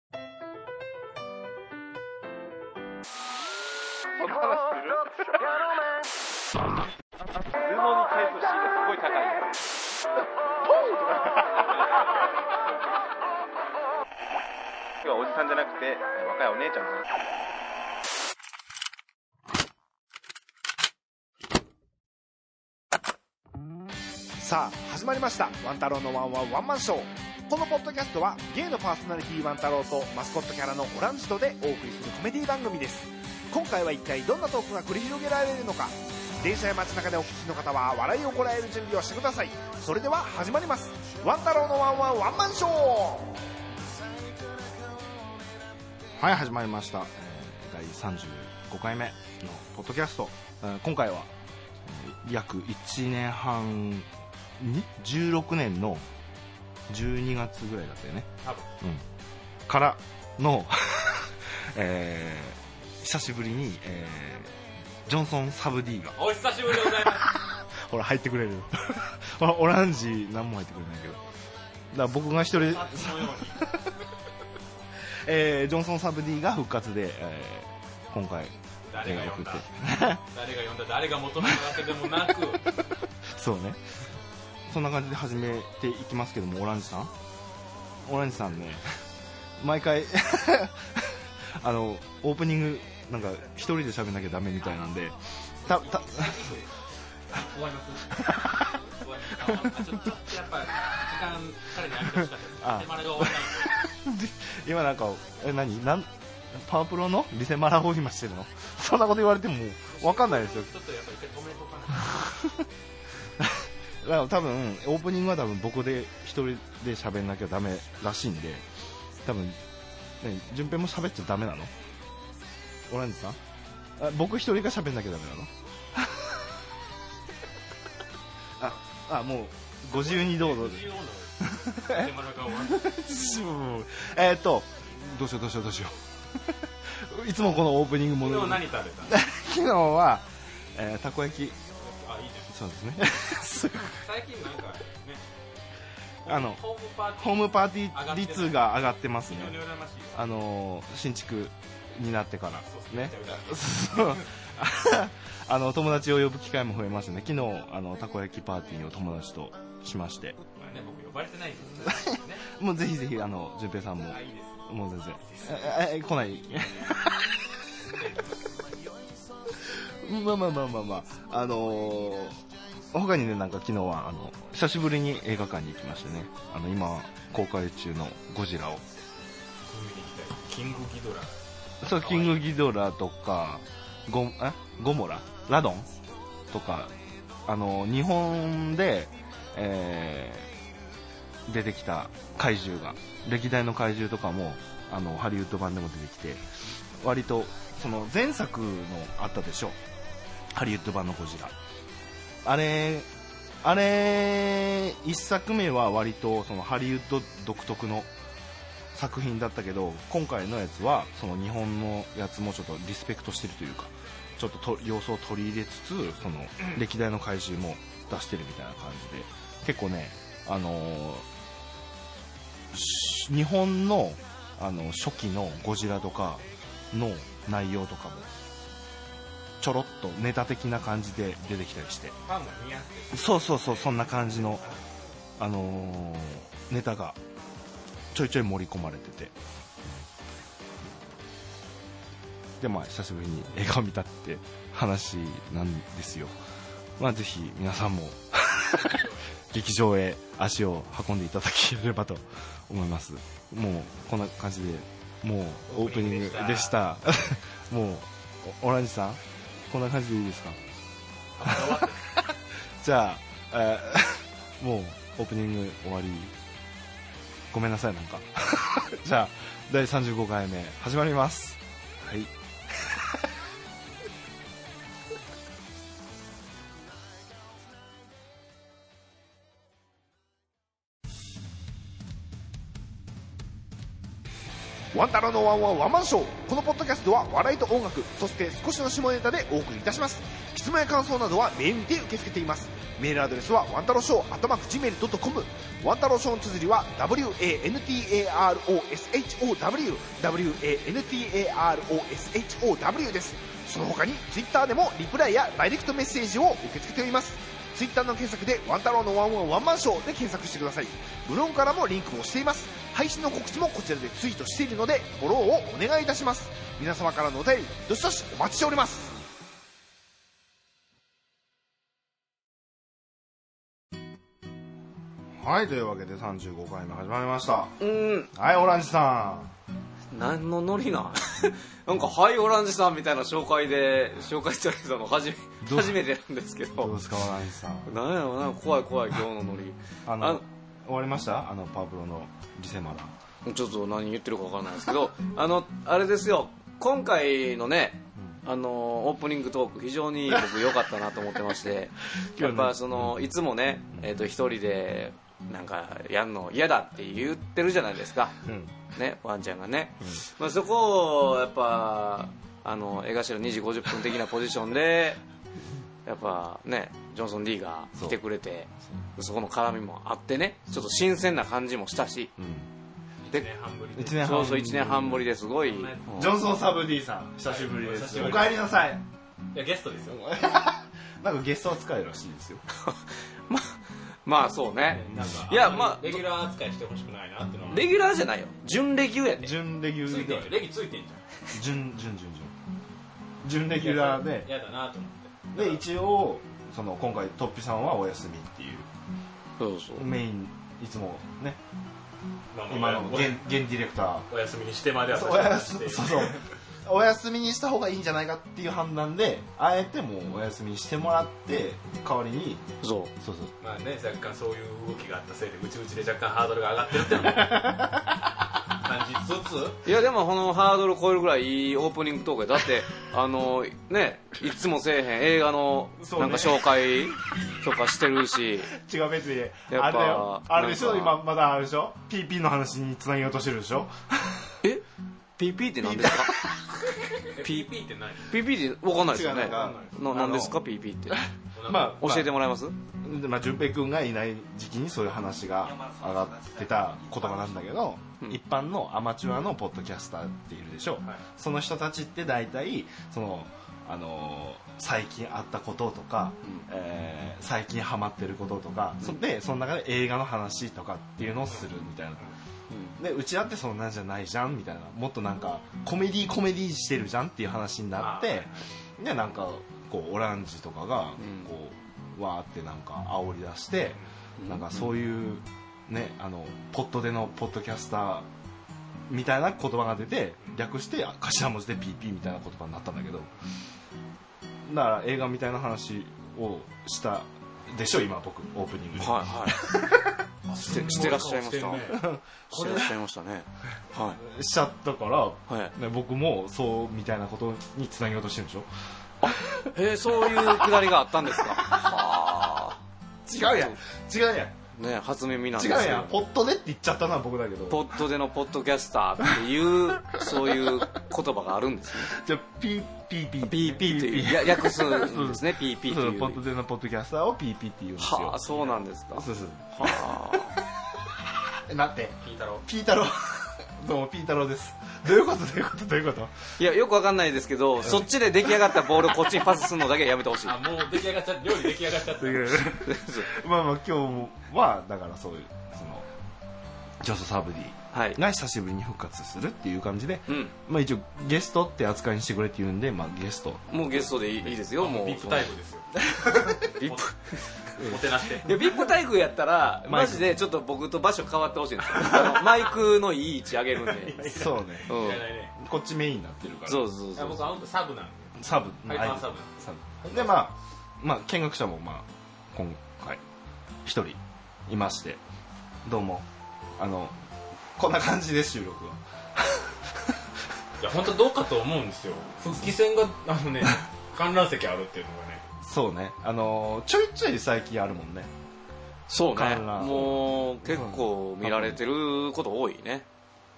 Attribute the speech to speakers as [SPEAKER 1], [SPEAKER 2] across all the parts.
[SPEAKER 1] その話する頭脳にタイプ C がすごい高い今日はおじさんじゃなくて若いお姉ちゃんの話
[SPEAKER 2] さあ始まりました「ワン太郎のワンワンワンマンショー」このポッドキャストはゲイのパーソナリティワン太郎とマスコットキャラのオランジとでお送りするコメディ番組です今回は一体どんなトークが繰り広げられるのか電車や街中でお聞きの方は笑いをこらえる準備をしてくださいそれでは始まります「ワン太郎のワンワンワンマンショー」
[SPEAKER 3] はい始まりました、えー第35回目のポッドキャスト、えー今回はえー約1年半に16年の12月ぐらいだったよね
[SPEAKER 2] 多分
[SPEAKER 3] うん、からの、 えー久しぶりに、えージョンソン・サブ D が
[SPEAKER 4] お久しぶりでございます。
[SPEAKER 3] ほら入ってくれるほ らオランジ何も入ってくれないけどだから僕が一人
[SPEAKER 4] そのように。
[SPEAKER 3] えージョンソン・サブ D が復活で、えー今回
[SPEAKER 4] 誰が呼ん
[SPEAKER 3] え
[SPEAKER 4] だ
[SPEAKER 3] ー送っ
[SPEAKER 4] 誰が呼んだ誰が求めたわけでも なく、
[SPEAKER 3] そうねそんな感じで始めていきますけどもオランジさんオランジさんね 毎回 あのオープニングなんか一人で喋んなきゃダメみたいなんでたた
[SPEAKER 4] 終わります。終わります。あちょっとやっぱ、時間、彼にあげてほ しかった
[SPEAKER 3] あ
[SPEAKER 4] です。手間が終わらない。
[SPEAKER 3] 今なんかえ何なんパワープロのリセマラを今してるの そんなこと言われても分かんないですよ
[SPEAKER 4] ちょっとやっぱ一回止めとかない
[SPEAKER 3] だから多分オープニングは多分僕で一人で喋んなきゃダメらしいんで多分ね順平も喋っちゃダメなのオランジさんあ僕一人が喋んなきゃダメなの ああもうご自由にどうぞ
[SPEAKER 4] と。中央の手間が終わらない。
[SPEAKER 3] えーっとどうしようどうしようどうしよう いつもこのオープニングも
[SPEAKER 4] 昨
[SPEAKER 3] の
[SPEAKER 4] 日何食べた
[SPEAKER 3] 昨日は、えーたこ焼き
[SPEAKER 4] あ、いいです。
[SPEAKER 3] そうですね
[SPEAKER 4] 最近なんかね、
[SPEAKER 3] あの
[SPEAKER 4] ホームパーティ
[SPEAKER 3] ホームパーティー率が上がってますね
[SPEAKER 4] ー、非常に羨ましいよ。
[SPEAKER 3] あのー新築になってからね
[SPEAKER 4] そうですね
[SPEAKER 3] そう あの友達を呼ぶ機会も増えましたね昨日あのたこ焼きパーティーを友達としまして
[SPEAKER 4] まあね、僕呼ばれてないんですけどね。
[SPEAKER 3] もうぜひぜひあの順平さんも
[SPEAKER 4] あ、いいです。
[SPEAKER 3] もう全然えええ来ないまあまあまあまあまああのー他にねなんか昨日はあの久しぶりに映画館に行きましてねあの今公開中の「ゴジラ」を
[SPEAKER 4] 海に行きたい。キングギドラ。
[SPEAKER 3] そう、キングギドラとか、ゴえゴモララドンとか、あの、日本で、えー出てきた怪獣が、歴代の怪獣とかも、あの、ハリウッド版でも出てきて、割と、その前作のあったでしょ。ハリウッド版のゴジラ。あれ、あれ、一作目は割と、そのハリウッド独特の作品だったけど今回のやつはその日本のやつもちょっとリスペクトしてるというかちょっとと様子を取り入れつつその歴代の怪獣も出してるみたいな感じで結構ね、あのーし日本のあの初期の「ゴジラ」とかの内容とかもちょろっとネタ的な感じで出てきたりして
[SPEAKER 4] ファンが似合ってる。
[SPEAKER 3] そうそうそうそんな感じの、あのーネタがちょいちょい盛り込まれててでまあ久しぶりに映画を見たって話なんですよまあぜひ皆さんも 劇場へ足を運んでいただければと思いますもうこんな感じでもうオープニングでしたもうおオランジさんこんな感じでいいですか じゃあ、えー もうオープニング終わり。ごめんなさい、なんか。 じゃあ、第35回目、始まります。はい。
[SPEAKER 2] ワンタロのワンワンワンマンショーこのポッドキャストは笑いと音楽そして少しの下ネタでお送りいたします質問や感想などはメールにて受け付けていますメールアドレスはワンタローショー atmacgmail.com ワンタローショーの綴りは WANTAROSHOWWANTAROSHOW ですその他にツイッターでもリプライやダイレクトメッセージを受け付けておりますツイッターの検索で「ワンタローのワンワンワンマンショー」で検索してくださいブログからもリンクをしています配信の告知もこちらでツイートしているのでフォローをお願いいたします皆様からのお便りどしどしお待ちしております
[SPEAKER 3] はい、というわけで35回目始まりました。
[SPEAKER 5] うん
[SPEAKER 3] はい、オランジさ
[SPEAKER 5] 何のノリなん なんかハイオランジさんみたいな紹介で紹介されたの初
[SPEAKER 3] どう
[SPEAKER 5] め初めてなんですけ
[SPEAKER 3] ん。どう
[SPEAKER 5] ど
[SPEAKER 3] ですか、オランジさん。
[SPEAKER 5] なんやろな怖い怖い今日のノリ
[SPEAKER 3] あの、
[SPEAKER 5] あの
[SPEAKER 3] 終わりましたあの、パブロのリセマラ。
[SPEAKER 5] ちょっと何言ってるかわからないですけど あのあれですよ今回のねあのオープニングトーク非常に僕良かったなと思ってまして
[SPEAKER 3] 今日
[SPEAKER 5] やっ
[SPEAKER 3] ね
[SPEAKER 5] ぱそのいつもね、えー、と一人でなんかやんの嫌だって言ってるじゃないですか、
[SPEAKER 3] うん。
[SPEAKER 5] ね、ワンちゃんがね、まあ、そこをやっぱあの江頭2時50分的なポジショ ンでやっぱねジョンソン D が来てくれてそこの絡みもあってねちょっと新鮮な感じもしたし
[SPEAKER 3] うん。
[SPEAKER 5] で
[SPEAKER 4] ね半ぶりで
[SPEAKER 3] 1年
[SPEAKER 5] そ
[SPEAKER 3] 半。
[SPEAKER 5] うそう1年半ぶりですごい、
[SPEAKER 4] ん
[SPEAKER 5] うん
[SPEAKER 3] ジョンソンサブ D さん、久しぶりで
[SPEAKER 4] 久し
[SPEAKER 3] す。
[SPEAKER 4] ぶ
[SPEAKER 3] お
[SPEAKER 4] り
[SPEAKER 3] 帰りなさい。
[SPEAKER 4] いやゲストですよ
[SPEAKER 3] なんかゲスト扱いらしいですよ。
[SPEAKER 5] まあそうね
[SPEAKER 4] なんか
[SPEAKER 5] いやまあ
[SPEAKER 4] レギュラー扱いしてほしくないなってのは
[SPEAKER 5] レギュラーじゃないよ準レギュやで
[SPEAKER 3] 準レギ
[SPEAKER 4] つい
[SPEAKER 3] ュ
[SPEAKER 4] て
[SPEAKER 3] ラ
[SPEAKER 4] んじゃ
[SPEAKER 3] ー。
[SPEAKER 4] んレギついてんじ
[SPEAKER 3] 準、準、準、準。準レ
[SPEAKER 4] ゃん
[SPEAKER 3] ギュラーで。
[SPEAKER 4] やだなと思って
[SPEAKER 3] で、一応、その、今回、トッピさんはお休みっていう。
[SPEAKER 5] そうそう
[SPEAKER 3] メインいつもね
[SPEAKER 4] まあまあ
[SPEAKER 3] 今の現現ディレクタ
[SPEAKER 4] お休みにしてま
[SPEAKER 3] ー
[SPEAKER 4] では
[SPEAKER 3] そうおやす そうそうお休みにした方がいいんじゃないかっていう判断であえてもうお休みにしてもらって代わりに
[SPEAKER 5] そ
[SPEAKER 3] そうそう
[SPEAKER 4] まあね若干そういう動きがあったせいでうちうちで若干ハードルが上がってるってのも感じつつ
[SPEAKER 5] ういやでもこのハードル超えるぐらいいいオープニングトークやだってあのねいつもせえへん映画の
[SPEAKER 3] そうね
[SPEAKER 5] なんか紹介とかしてるし
[SPEAKER 3] 違う別で
[SPEAKER 5] や
[SPEAKER 3] あれ
[SPEAKER 5] っぱ
[SPEAKER 3] だよあれでしょ
[SPEAKER 5] なんか
[SPEAKER 3] 今まだあれでしょ PP の話につなげようとしてるでしょ
[SPEAKER 5] え PP って何ですか
[SPEAKER 4] PP って何
[SPEAKER 5] PP って分かんないですよね
[SPEAKER 3] 違うなん
[SPEAKER 4] か
[SPEAKER 5] な
[SPEAKER 3] あの
[SPEAKER 5] 何ですか PP って
[SPEAKER 3] まあ
[SPEAKER 5] 教えてもらえます
[SPEAKER 3] でまあ、淳平君がいない時期にそういう話が上がってた言葉なんだけど、
[SPEAKER 5] うん
[SPEAKER 3] 一般のアマチュアのポッドキャスターっているでしょ、
[SPEAKER 4] はい
[SPEAKER 3] その人たちって大体その、あのー最近あったこととか、
[SPEAKER 5] う
[SPEAKER 3] えー最近ハマってることとか、そでその中で映画の話とかっていうのをするみたいな、でうちだってそんなんじゃないじゃんみたいなもっとなんかコメディーコメディーしてるじゃんっていう話になっ
[SPEAKER 4] あー
[SPEAKER 3] てでなんかこうオランジとかが
[SPEAKER 5] うん
[SPEAKER 3] こう、わーってなんか煽り出して、なんかそういうねあのポットでのポッドキャスターみたいな言葉が出て略してあ頭文字で PP みたいな言葉になったんだけどだから映画みたいな話をしたでしょ今僕オープニングで
[SPEAKER 5] はいはい してしてらっしゃいましたしてらっしゃいましたねは
[SPEAKER 3] しちゃったから
[SPEAKER 5] いはい
[SPEAKER 3] ね僕もそうみたいなことにつなげようとしてるんでしょ
[SPEAKER 5] えーそういうくだりがあったんですかはあ
[SPEAKER 3] 違うやん違うやん
[SPEAKER 5] ね初耳なん
[SPEAKER 3] 違
[SPEAKER 5] です
[SPEAKER 3] う
[SPEAKER 5] け
[SPEAKER 3] やん
[SPEAKER 5] ど
[SPEAKER 3] ポットでって言っちゃったのは僕だけど
[SPEAKER 5] ポッドでのポッドキャスターっていうそういう言葉があるんですね
[SPEAKER 3] じゃあピーピーピー
[SPEAKER 5] PP というや略すんですね PP と
[SPEAKER 3] そう
[SPEAKER 5] い
[SPEAKER 3] ポット
[SPEAKER 5] う
[SPEAKER 3] でのポッドキャスターをピーピーって言うんですよ
[SPEAKER 5] はあそうなんですか
[SPEAKER 3] そうそう
[SPEAKER 5] はあ
[SPEAKER 3] えなんて
[SPEAKER 4] 聞いたろ
[SPEAKER 3] ピー太郎 どうもピー太郎ですどういうことどういうことどういうこと
[SPEAKER 5] いやよくわかんないですけどそっちで出来上がったボールをこっちにパスするのだけはやめてほしい
[SPEAKER 4] あもう出来上がっちゃった料理出来上がっちゃった
[SPEAKER 3] まあまあ今日もはだからそういうそのジョソサブディ
[SPEAKER 5] はい
[SPEAKER 3] が久しぶりに復活するっていう感じで、
[SPEAKER 5] うん
[SPEAKER 3] まあ一応ゲストって扱いにしてくれって言うんで、まあ、ゲスト
[SPEAKER 5] もうゲストでいいいいですよもう
[SPEAKER 4] ビップタイプですよ
[SPEAKER 5] ビップ
[SPEAKER 4] もてなして
[SPEAKER 5] いやビップ体育やったら
[SPEAKER 3] マイク
[SPEAKER 5] マジでちょっと僕と場所変わってほしいんですよあのマイクのいい位置上げるんで、
[SPEAKER 3] そうね
[SPEAKER 5] うん
[SPEAKER 4] いらないね
[SPEAKER 3] こっちメインになってるから
[SPEAKER 5] そうそう
[SPEAKER 4] い
[SPEAKER 5] そ
[SPEAKER 4] や
[SPEAKER 5] う
[SPEAKER 4] 僕あのサブなんで
[SPEAKER 3] サブ
[SPEAKER 4] ハイパーサブ
[SPEAKER 3] サブでまあまあ見学者もまあ今回一人いましてどうもあのこんな感じで収録はい
[SPEAKER 4] や本当どうかと思うんですよ復帰戦があの ね観覧席あるっていうのがね
[SPEAKER 3] そうねあのーちょいちょい最近あるもんね
[SPEAKER 5] そうね
[SPEAKER 3] 観覧
[SPEAKER 5] もう結構見られてること多いね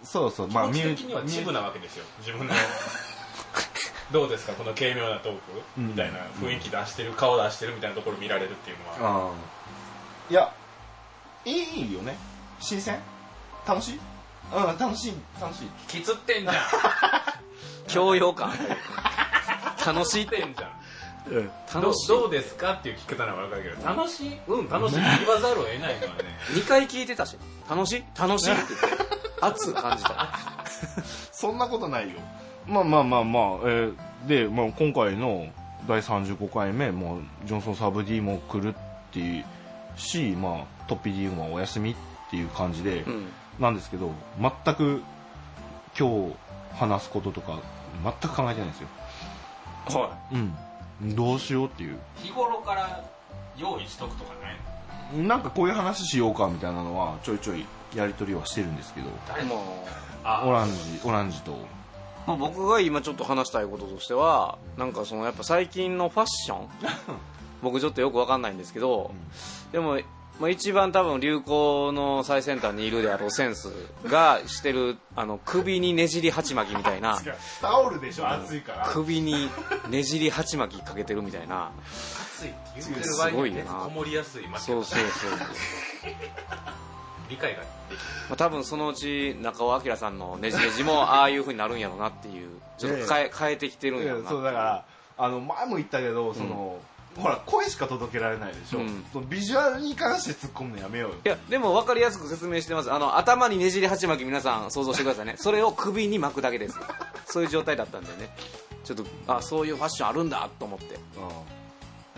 [SPEAKER 3] そうそうまあ
[SPEAKER 4] 気
[SPEAKER 3] 身
[SPEAKER 4] 持
[SPEAKER 3] 内
[SPEAKER 4] ち的にはチブなわけですよ自分のどうですかこの軽妙なトーク、
[SPEAKER 3] うん
[SPEAKER 4] みたいな雰囲気出してる顔出してるみたいなところ見られるっていうのは、
[SPEAKER 3] あいやいいよね新鮮楽しいうん楽しい楽しい
[SPEAKER 4] きつってんじゃん
[SPEAKER 5] 教 養感楽
[SPEAKER 4] き
[SPEAKER 5] しい
[SPEAKER 4] つってんじゃん
[SPEAKER 3] うん
[SPEAKER 4] ど
[SPEAKER 5] 楽し
[SPEAKER 4] どうですかっていう聞き方なら分かるけど楽しいうん楽しいって言わざるを得ないのはね
[SPEAKER 5] い2回聞いてたし楽しい楽しいって言って熱感じた
[SPEAKER 3] そんなことないよまあまあまあまあ、えーで、まあ、今回の第35回目もうジョンソンサブ D も来るっていうし、まあ、トッピー D もお休みっていう感じで、
[SPEAKER 5] うん
[SPEAKER 3] なんですけど全く今日話すこととか全く考えてないんですよ
[SPEAKER 5] は
[SPEAKER 3] うんどうしようっていう
[SPEAKER 4] 日頃から用意しとくとかない
[SPEAKER 3] なんかこういう話しようかみたいなのはちょいちょいやり取りはしてるんですけど
[SPEAKER 5] いもう
[SPEAKER 4] あ
[SPEAKER 3] オランジオランジと
[SPEAKER 5] まあ、僕が今ちょっと話したいこととしてはなんかそのやっぱ最近のファッ ション僕ちょっとよくわかんないんですけど、でも、まあ、一番多分流行の最先端にいるであろうセンスがしてるあの首にねじり鉢巻きみたいな
[SPEAKER 4] タオルでしょ暑いから
[SPEAKER 5] 首にねじり鉢巻きかけてるみたいな
[SPEAKER 4] 暑いって言ってる場合
[SPEAKER 5] すごい
[SPEAKER 4] に
[SPEAKER 5] よな
[SPEAKER 4] こもりやすい街
[SPEAKER 5] そうそうそう、ま
[SPEAKER 4] 理解ができる
[SPEAKER 5] あ、多分そのうち中尾明さんのねじねじもああいうふうになるんやろうなっていうちょっと変え変えてきてるんやろうな
[SPEAKER 3] そうだからあの前も言ったけどその、ほら声しか届けられないでしょ、
[SPEAKER 5] うん
[SPEAKER 3] そのビジュアルに関して突っ込むのやめようよ
[SPEAKER 5] いやでも分かりやすく説明してますあの頭にねじり鉢巻き皆さん想像してくださいねそれを首に巻くだけですそういう状態だったんでねちょっとあそういうファッションあるんだと思って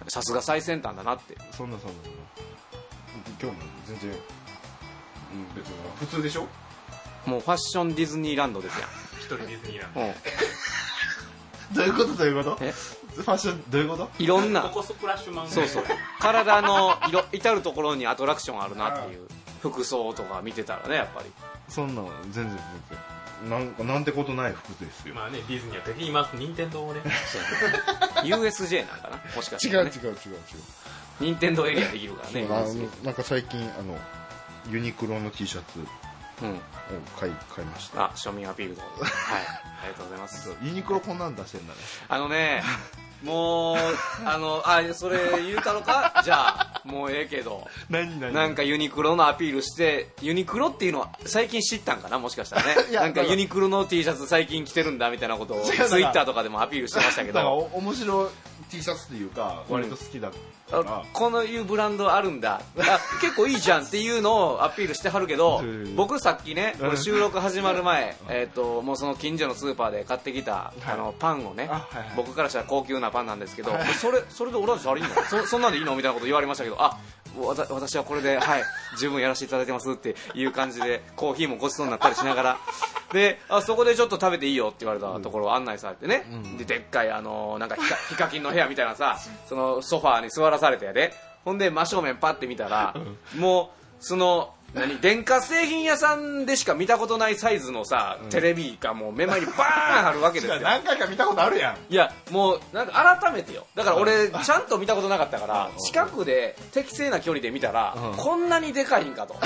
[SPEAKER 5] さすが最先端だなって
[SPEAKER 3] そんなそんなそんな今日も全然、うん、別に普通でしょ
[SPEAKER 5] もうファッションディズニーランドですや
[SPEAKER 4] 一人ディズニーラン
[SPEAKER 5] ん、うん、
[SPEAKER 3] どういうことどういうこと
[SPEAKER 5] え
[SPEAKER 3] ファッションどういうこと
[SPEAKER 5] いろん
[SPEAKER 4] ド
[SPEAKER 5] な
[SPEAKER 4] ここスプラッシュマウンテン
[SPEAKER 5] そうそう体の色至る所にアトラクションあるなっていう服装とか見てたらねやっぱり
[SPEAKER 3] そんなの全然全然なんかなんてことない服ですよ
[SPEAKER 4] まあねディズニーは敵にいます任天堂をね
[SPEAKER 5] USJ なんかなもしかし
[SPEAKER 6] 違う
[SPEAKER 5] たら、
[SPEAKER 6] 違
[SPEAKER 5] ね、
[SPEAKER 6] う違う違う
[SPEAKER 5] 任天堂エリアできるからね
[SPEAKER 6] あのなんか最近あのユニクロの T シャツを
[SPEAKER 5] うん
[SPEAKER 6] 買い買いました
[SPEAKER 5] あ庶民アピールだはいありがとうございます
[SPEAKER 3] ユニクロこんなん出してんだね
[SPEAKER 5] あのね、もう、あの、あ、それ言うたのかじゃあ、もうええけど。
[SPEAKER 3] 何何
[SPEAKER 5] なんかユニクロのアピールして、ユニクロっていうのは最近知ったんかなもしかしたらね。
[SPEAKER 3] いや
[SPEAKER 5] なんか
[SPEAKER 3] だから
[SPEAKER 5] ユニクロの T シャツ最近着てるんだみたいなことを、ツ
[SPEAKER 3] 違うだから
[SPEAKER 5] イッターとかでもアピールしてましたけ
[SPEAKER 3] だからお
[SPEAKER 5] ど、
[SPEAKER 3] 面白い T シャツというか割と好きだから、
[SPEAKER 5] あこのいうブランドあるんだあ結構いいじゃんっていうのをアピールしてはるけど
[SPEAKER 3] うん
[SPEAKER 5] 僕さっきねこれ収録始まる前、えっともうその近所のスーパーで買ってきた、あのパンをね、
[SPEAKER 3] あはいはい
[SPEAKER 5] 僕からしたら高級なパンなんですけど、それそれで俺たちありんのそそんなんでいいのみたいなこと言われましたけどあわた私はこれで、はい、十分やらせていただいてますっていう感じでコーヒーもごちそうになったりしながらであそこでちょっと食べていいよって言われたところを案内されてね、ででっかいあのなんかヒカヒカキンの部屋みたいなさそのソファーに座らされてやでほんで真正面パッて見たら、もうその何電化製品屋さんでしか見たことないサイズのさ、テレビがもう目前にバーンあるわけですよ
[SPEAKER 3] 何回か見たことあるやん
[SPEAKER 5] いやもうなんか改めてよだから俺ちゃんと見たことなかったから近くで適正な距離で見たら
[SPEAKER 3] うん
[SPEAKER 5] こんなにでかいん かと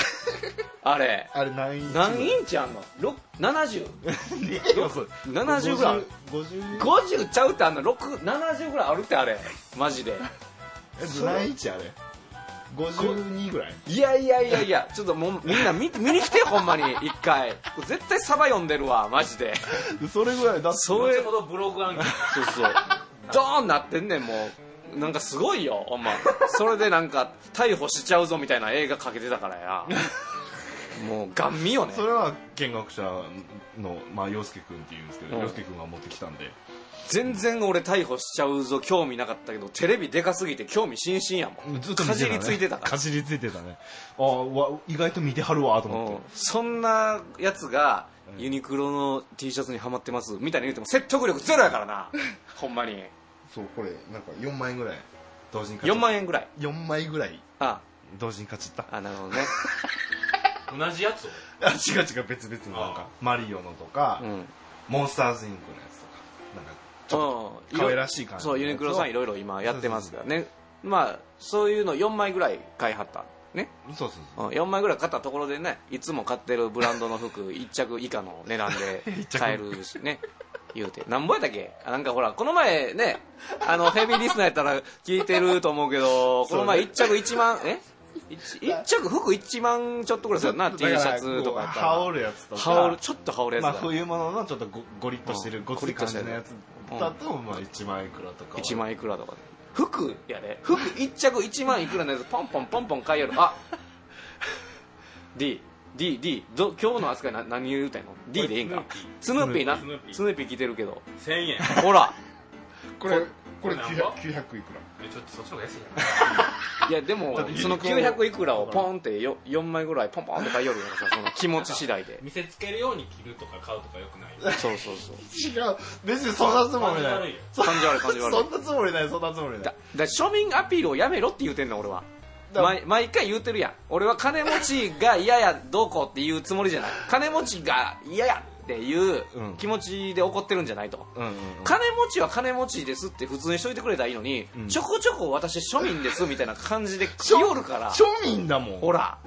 [SPEAKER 5] あれ
[SPEAKER 6] あれ何インチ
[SPEAKER 5] 何インチあんの7070 ぐらいある
[SPEAKER 3] 50
[SPEAKER 5] 50ちゃうってあんの6 70ぐらいあるってあれマジで
[SPEAKER 3] え何インチあれ52ぐらい
[SPEAKER 5] いやいやいやいやちょっともうみんな見て見に来てよほんまに一回絶対サバ読んでるわマジで
[SPEAKER 3] それぐらいだって
[SPEAKER 5] それ
[SPEAKER 4] ちょうどブログ案件
[SPEAKER 5] そうそう。ドーンなってんねん、もう。なんかすごいよ、ほんま。それでなんか、逮捕しちゃうぞみたいな映画かけてたからや。もう、ガン見よね
[SPEAKER 3] そ。れは見学者の、まあ、陽介君っていうんですけど、
[SPEAKER 5] うん
[SPEAKER 3] 陽介君が持ってきたんで
[SPEAKER 5] 全然俺逮捕しちゃうぞ、興味なかったけど、テレビでかすぎて興味津々やもん。
[SPEAKER 3] ず
[SPEAKER 5] かじりついてたから
[SPEAKER 3] かじりついてたねああわ意外と見てはるわと
[SPEAKER 5] う
[SPEAKER 3] 思
[SPEAKER 5] ん
[SPEAKER 3] っ
[SPEAKER 5] そんなやつが、ユニクロの T シャツにはまってますみたいに言うても説得力ゼロやから なほんまに
[SPEAKER 6] そうこれなんか4枚ぐらい
[SPEAKER 3] て同時に
[SPEAKER 5] 4
[SPEAKER 3] 勝ち
[SPEAKER 5] 万円ぐらい
[SPEAKER 6] 4枚ぐらい
[SPEAKER 5] あ
[SPEAKER 3] 同時に勝ちった
[SPEAKER 5] あなるほど ね、
[SPEAKER 4] 同じやつを
[SPEAKER 3] あ違う違う別々のなん
[SPEAKER 4] あ
[SPEAKER 3] かマリオのとか、
[SPEAKER 5] うん
[SPEAKER 3] モンスターズインクのやつとかなんか
[SPEAKER 5] うん
[SPEAKER 3] 可愛らしい感じの
[SPEAKER 5] そうユニクロさんい
[SPEAKER 3] や
[SPEAKER 5] ろいろ今やってますからねまあそういうの4枚ぐらい買いはったね、
[SPEAKER 3] つをそうそう
[SPEAKER 5] うん、4枚ぐらい買ったところ で ねいつも買ってるブランドの服1着以下の値段で買えるしね言うてなんぼやったっけあなんかほらこの前ねあのヘビーリスナーやったら聞いてると思う けどこの前1着1万え一一着服1万ちょっとぐらいするな T シャツとかやったら
[SPEAKER 3] 羽織るやつとか
[SPEAKER 5] 羽織るちょっと羽織る
[SPEAKER 3] ま
[SPEAKER 5] や
[SPEAKER 3] あ、
[SPEAKER 5] つだ、
[SPEAKER 3] 冬物のちょっとごごりっとしてる
[SPEAKER 5] うん
[SPEAKER 3] ごつい感じのやつ
[SPEAKER 5] ごりっとしたやつ
[SPEAKER 3] だと、まあ、1万いくらとか
[SPEAKER 5] 1万いくらとかで服やで服1着1万いくらのやつポンポンポンポン買いやる あ DDD ど今日の扱いな何言うたんの D でいいんかスヌーピーな
[SPEAKER 4] スヌーピー
[SPEAKER 5] スヌーピー着てるけど
[SPEAKER 4] 1000円
[SPEAKER 5] ほら
[SPEAKER 6] これこれ
[SPEAKER 4] これなんぼ
[SPEAKER 6] 900, 900いくら
[SPEAKER 4] えちょっとそっちの方が安い
[SPEAKER 5] いやで も
[SPEAKER 6] だって
[SPEAKER 5] その900いくらをポンってよ4枚ぐらいポンポンって買いよるからさその気持ち次第で
[SPEAKER 4] やん見せつけるように着るとか買うとかよくない
[SPEAKER 5] そうそうそう
[SPEAKER 3] 違う別にそんなつもりな
[SPEAKER 4] 感じ悪い
[SPEAKER 3] い
[SPEAKER 4] よ
[SPEAKER 3] そ
[SPEAKER 5] 感じ悪い感じ悪い
[SPEAKER 3] そんなつもりないそんなつもりな
[SPEAKER 5] だ
[SPEAKER 3] い
[SPEAKER 5] だ庶民アピールをやめろって言うてんの俺は
[SPEAKER 3] だ
[SPEAKER 5] 毎毎回言うてるやん俺は金持ちが嫌やどうこうっていうつもりじゃない金持ちが嫌やっていう
[SPEAKER 3] うん
[SPEAKER 5] 気持ちで怒ってるんじゃないと、
[SPEAKER 3] うんうんうん
[SPEAKER 5] 金持ちは金持ちですって普通にしといてくれたらいいのに、
[SPEAKER 3] ん
[SPEAKER 5] ちょこちょこ私庶民ですみたいな感じで来よるから
[SPEAKER 3] 庶民だもん
[SPEAKER 5] ほら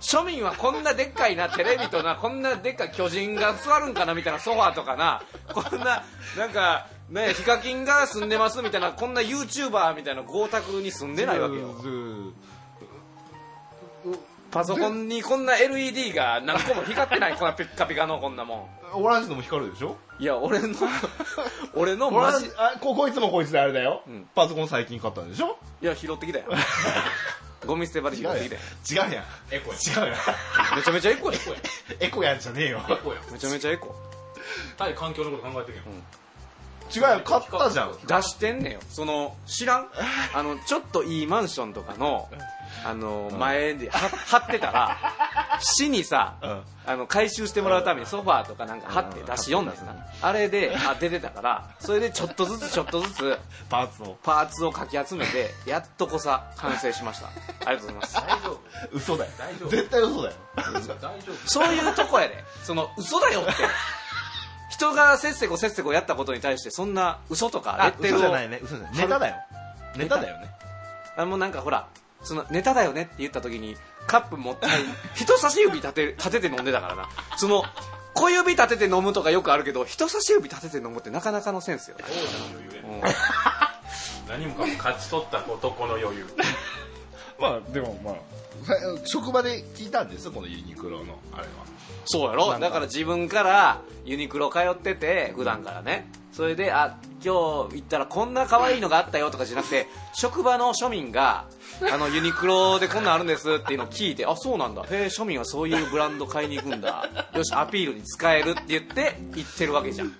[SPEAKER 5] 庶民はこんなでっかいなテレビとなこんなでっかい巨人が座るんかなみたいなソファーとかなこんななんかねヒカキンが住んでますみたいなこんな YouTuber みたいな豪宅に住んでないわけよ
[SPEAKER 3] うん
[SPEAKER 5] パソコンにこんな LED が何個も光ってないこんなピッカピカのこんなも
[SPEAKER 3] オランジのも光るでしょ
[SPEAKER 5] んいや俺 の俺の
[SPEAKER 3] オラ
[SPEAKER 5] マ
[SPEAKER 3] ン
[SPEAKER 5] ジ
[SPEAKER 3] ジあここいつもこいつであれだよ、
[SPEAKER 5] ん
[SPEAKER 3] パソコン最近買ったんでしょ
[SPEAKER 5] いや拾ってきたよゴミ捨て場で拾ってきたよ
[SPEAKER 3] 違うやん違うやん
[SPEAKER 4] エコや
[SPEAKER 5] めちゃめちゃエコや
[SPEAKER 3] エコやんじゃねえよ
[SPEAKER 4] エコや
[SPEAKER 5] めちゃめちゃエコ
[SPEAKER 4] 対環境のこと考えてるやん
[SPEAKER 3] 違うやん買ったじゃん
[SPEAKER 5] 出してんねんよその 知らんあのちょっといいマンションとかのあの前では貼ってた ら市にさあの回収してもらうためにソファーとかなんか貼って出し読んだんですなあれであ出てたからそれでちょっとずつちょっとずつ
[SPEAKER 3] パーツを
[SPEAKER 5] パーツをかき集めてやっとこさ完成しましたありがとうございます
[SPEAKER 4] 大丈夫
[SPEAKER 3] 嘘だよ
[SPEAKER 4] 大丈夫
[SPEAKER 3] 絶対嘘だよ
[SPEAKER 4] 大丈夫
[SPEAKER 5] そういうとこやでその嘘だよって人がせっせこせっせこやったことに対してそんな嘘とかレッテル
[SPEAKER 3] 嘘じ
[SPEAKER 5] を
[SPEAKER 3] ゃないね嘘じゃないネタだよネタだよね
[SPEAKER 5] あもうなんかほらそのネタだよねって言った時にカップも ったい人差し指立てる立てて飲んでたからなその小指立てて飲むとかよくあるけど人差し指立てて飲むってなかなかのセンスよね
[SPEAKER 4] 王者の余裕やね何もかも勝ち取った男の余裕
[SPEAKER 6] まあでもまあ職場で聞いたんですこのユニクロのあれは
[SPEAKER 5] そうやろだから自分からユニクロ通ってて普段からねそれであ今日行ったらこんな可愛いのがあったよとかじゃなくて職場の庶民があのユニクロでこんなんあるんですっていうのを聞いてあそうなんだへえ庶民はそういうブランド買いに行くんだよしアピールに使えるって言って行ってるわけじゃん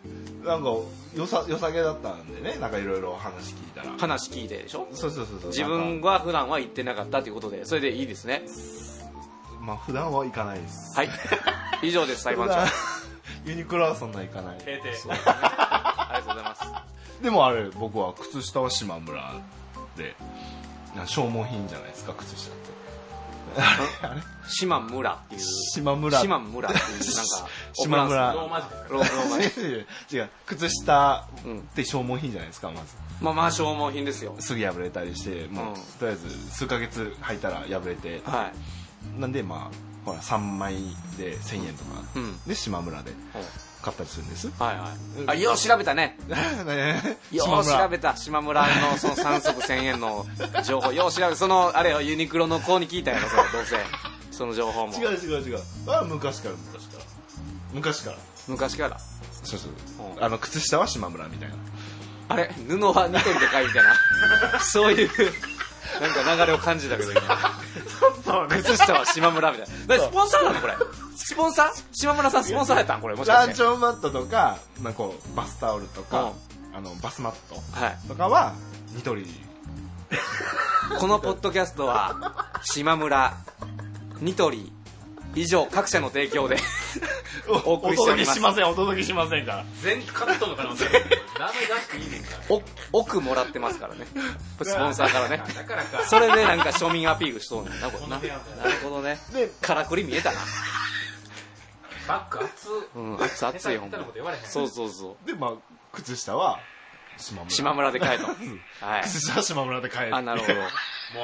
[SPEAKER 3] なんかよさよさげだったんでねなんかいろいろ話聞いたら
[SPEAKER 5] 話聞いてでしょ
[SPEAKER 3] そうそうそうそう
[SPEAKER 5] 自
[SPEAKER 3] なん
[SPEAKER 5] 分
[SPEAKER 3] か
[SPEAKER 5] は普段は行ってなかったということでそれでいいです ね
[SPEAKER 3] まあ普段は行かないです
[SPEAKER 5] はい以上です裁判長
[SPEAKER 3] 普段ユニクロはそんな行かない
[SPEAKER 4] 平定
[SPEAKER 5] ありがとうございます
[SPEAKER 3] でもあれ僕は靴下は島村でな消耗品じゃないですか靴下ってあれあれ
[SPEAKER 5] 島村っていう
[SPEAKER 3] 島村
[SPEAKER 5] 島村っていうなんか
[SPEAKER 3] 島村
[SPEAKER 4] ローマ字で
[SPEAKER 5] ローローマ 字
[SPEAKER 3] 違う靴下って消耗品じゃないですかまず
[SPEAKER 5] まあまあ消耗品ですよ
[SPEAKER 3] すぐ破れたりして、もう
[SPEAKER 5] うん
[SPEAKER 3] とりあえず数ヶ月履いたら破れて
[SPEAKER 5] はい
[SPEAKER 3] なんでまあほら3枚で1000円とか、
[SPEAKER 5] うん
[SPEAKER 3] で島村で買ったりするん です
[SPEAKER 5] はいはいあよう調べたねよ
[SPEAKER 3] 島
[SPEAKER 5] う
[SPEAKER 3] 村
[SPEAKER 5] 調べた島村のその3足1000円の情報よう調べそのあれよユニクロの子に聞いたんやろそれどうせその情報も
[SPEAKER 3] 違う違う違うあ昔から昔から昔から
[SPEAKER 5] 昔から
[SPEAKER 3] そうそうあの靴下は島村みたいな
[SPEAKER 5] あれ布はニトリで買いみたいなそういうなんか流れを感じたけど今靴下は島村みたいななスポンサーなのこれスポンサー島村さんスポンサーやったんこれもしか
[SPEAKER 3] ラン
[SPEAKER 5] し
[SPEAKER 3] チ
[SPEAKER 5] て
[SPEAKER 3] ョンマットとかなんかこうバスタオルとか、あのバスマット
[SPEAKER 5] はい
[SPEAKER 3] とかはニトリ
[SPEAKER 5] このポッドキャストは島村ニトリ以上各社の提供でお送りしております
[SPEAKER 3] せんお届けしませんから
[SPEAKER 4] 全カットの可能性ダメ出していいねんか
[SPEAKER 5] お奥もらってますからねスポンサーからね
[SPEAKER 4] らだからか
[SPEAKER 5] それでなんか庶民アピールしそうなんだなこれな
[SPEAKER 4] この部
[SPEAKER 5] な
[SPEAKER 4] 屋
[SPEAKER 5] る
[SPEAKER 4] も
[SPEAKER 5] ほどねからくり見えたな
[SPEAKER 4] バッグ熱
[SPEAKER 5] うん熱々よ
[SPEAKER 4] ネタみたいなこと言われへん
[SPEAKER 5] そうそうそう
[SPEAKER 3] でまあ靴下は島村
[SPEAKER 5] 島村で買えとはい
[SPEAKER 3] 靴下は島村で買える
[SPEAKER 5] あなるほど
[SPEAKER 4] もう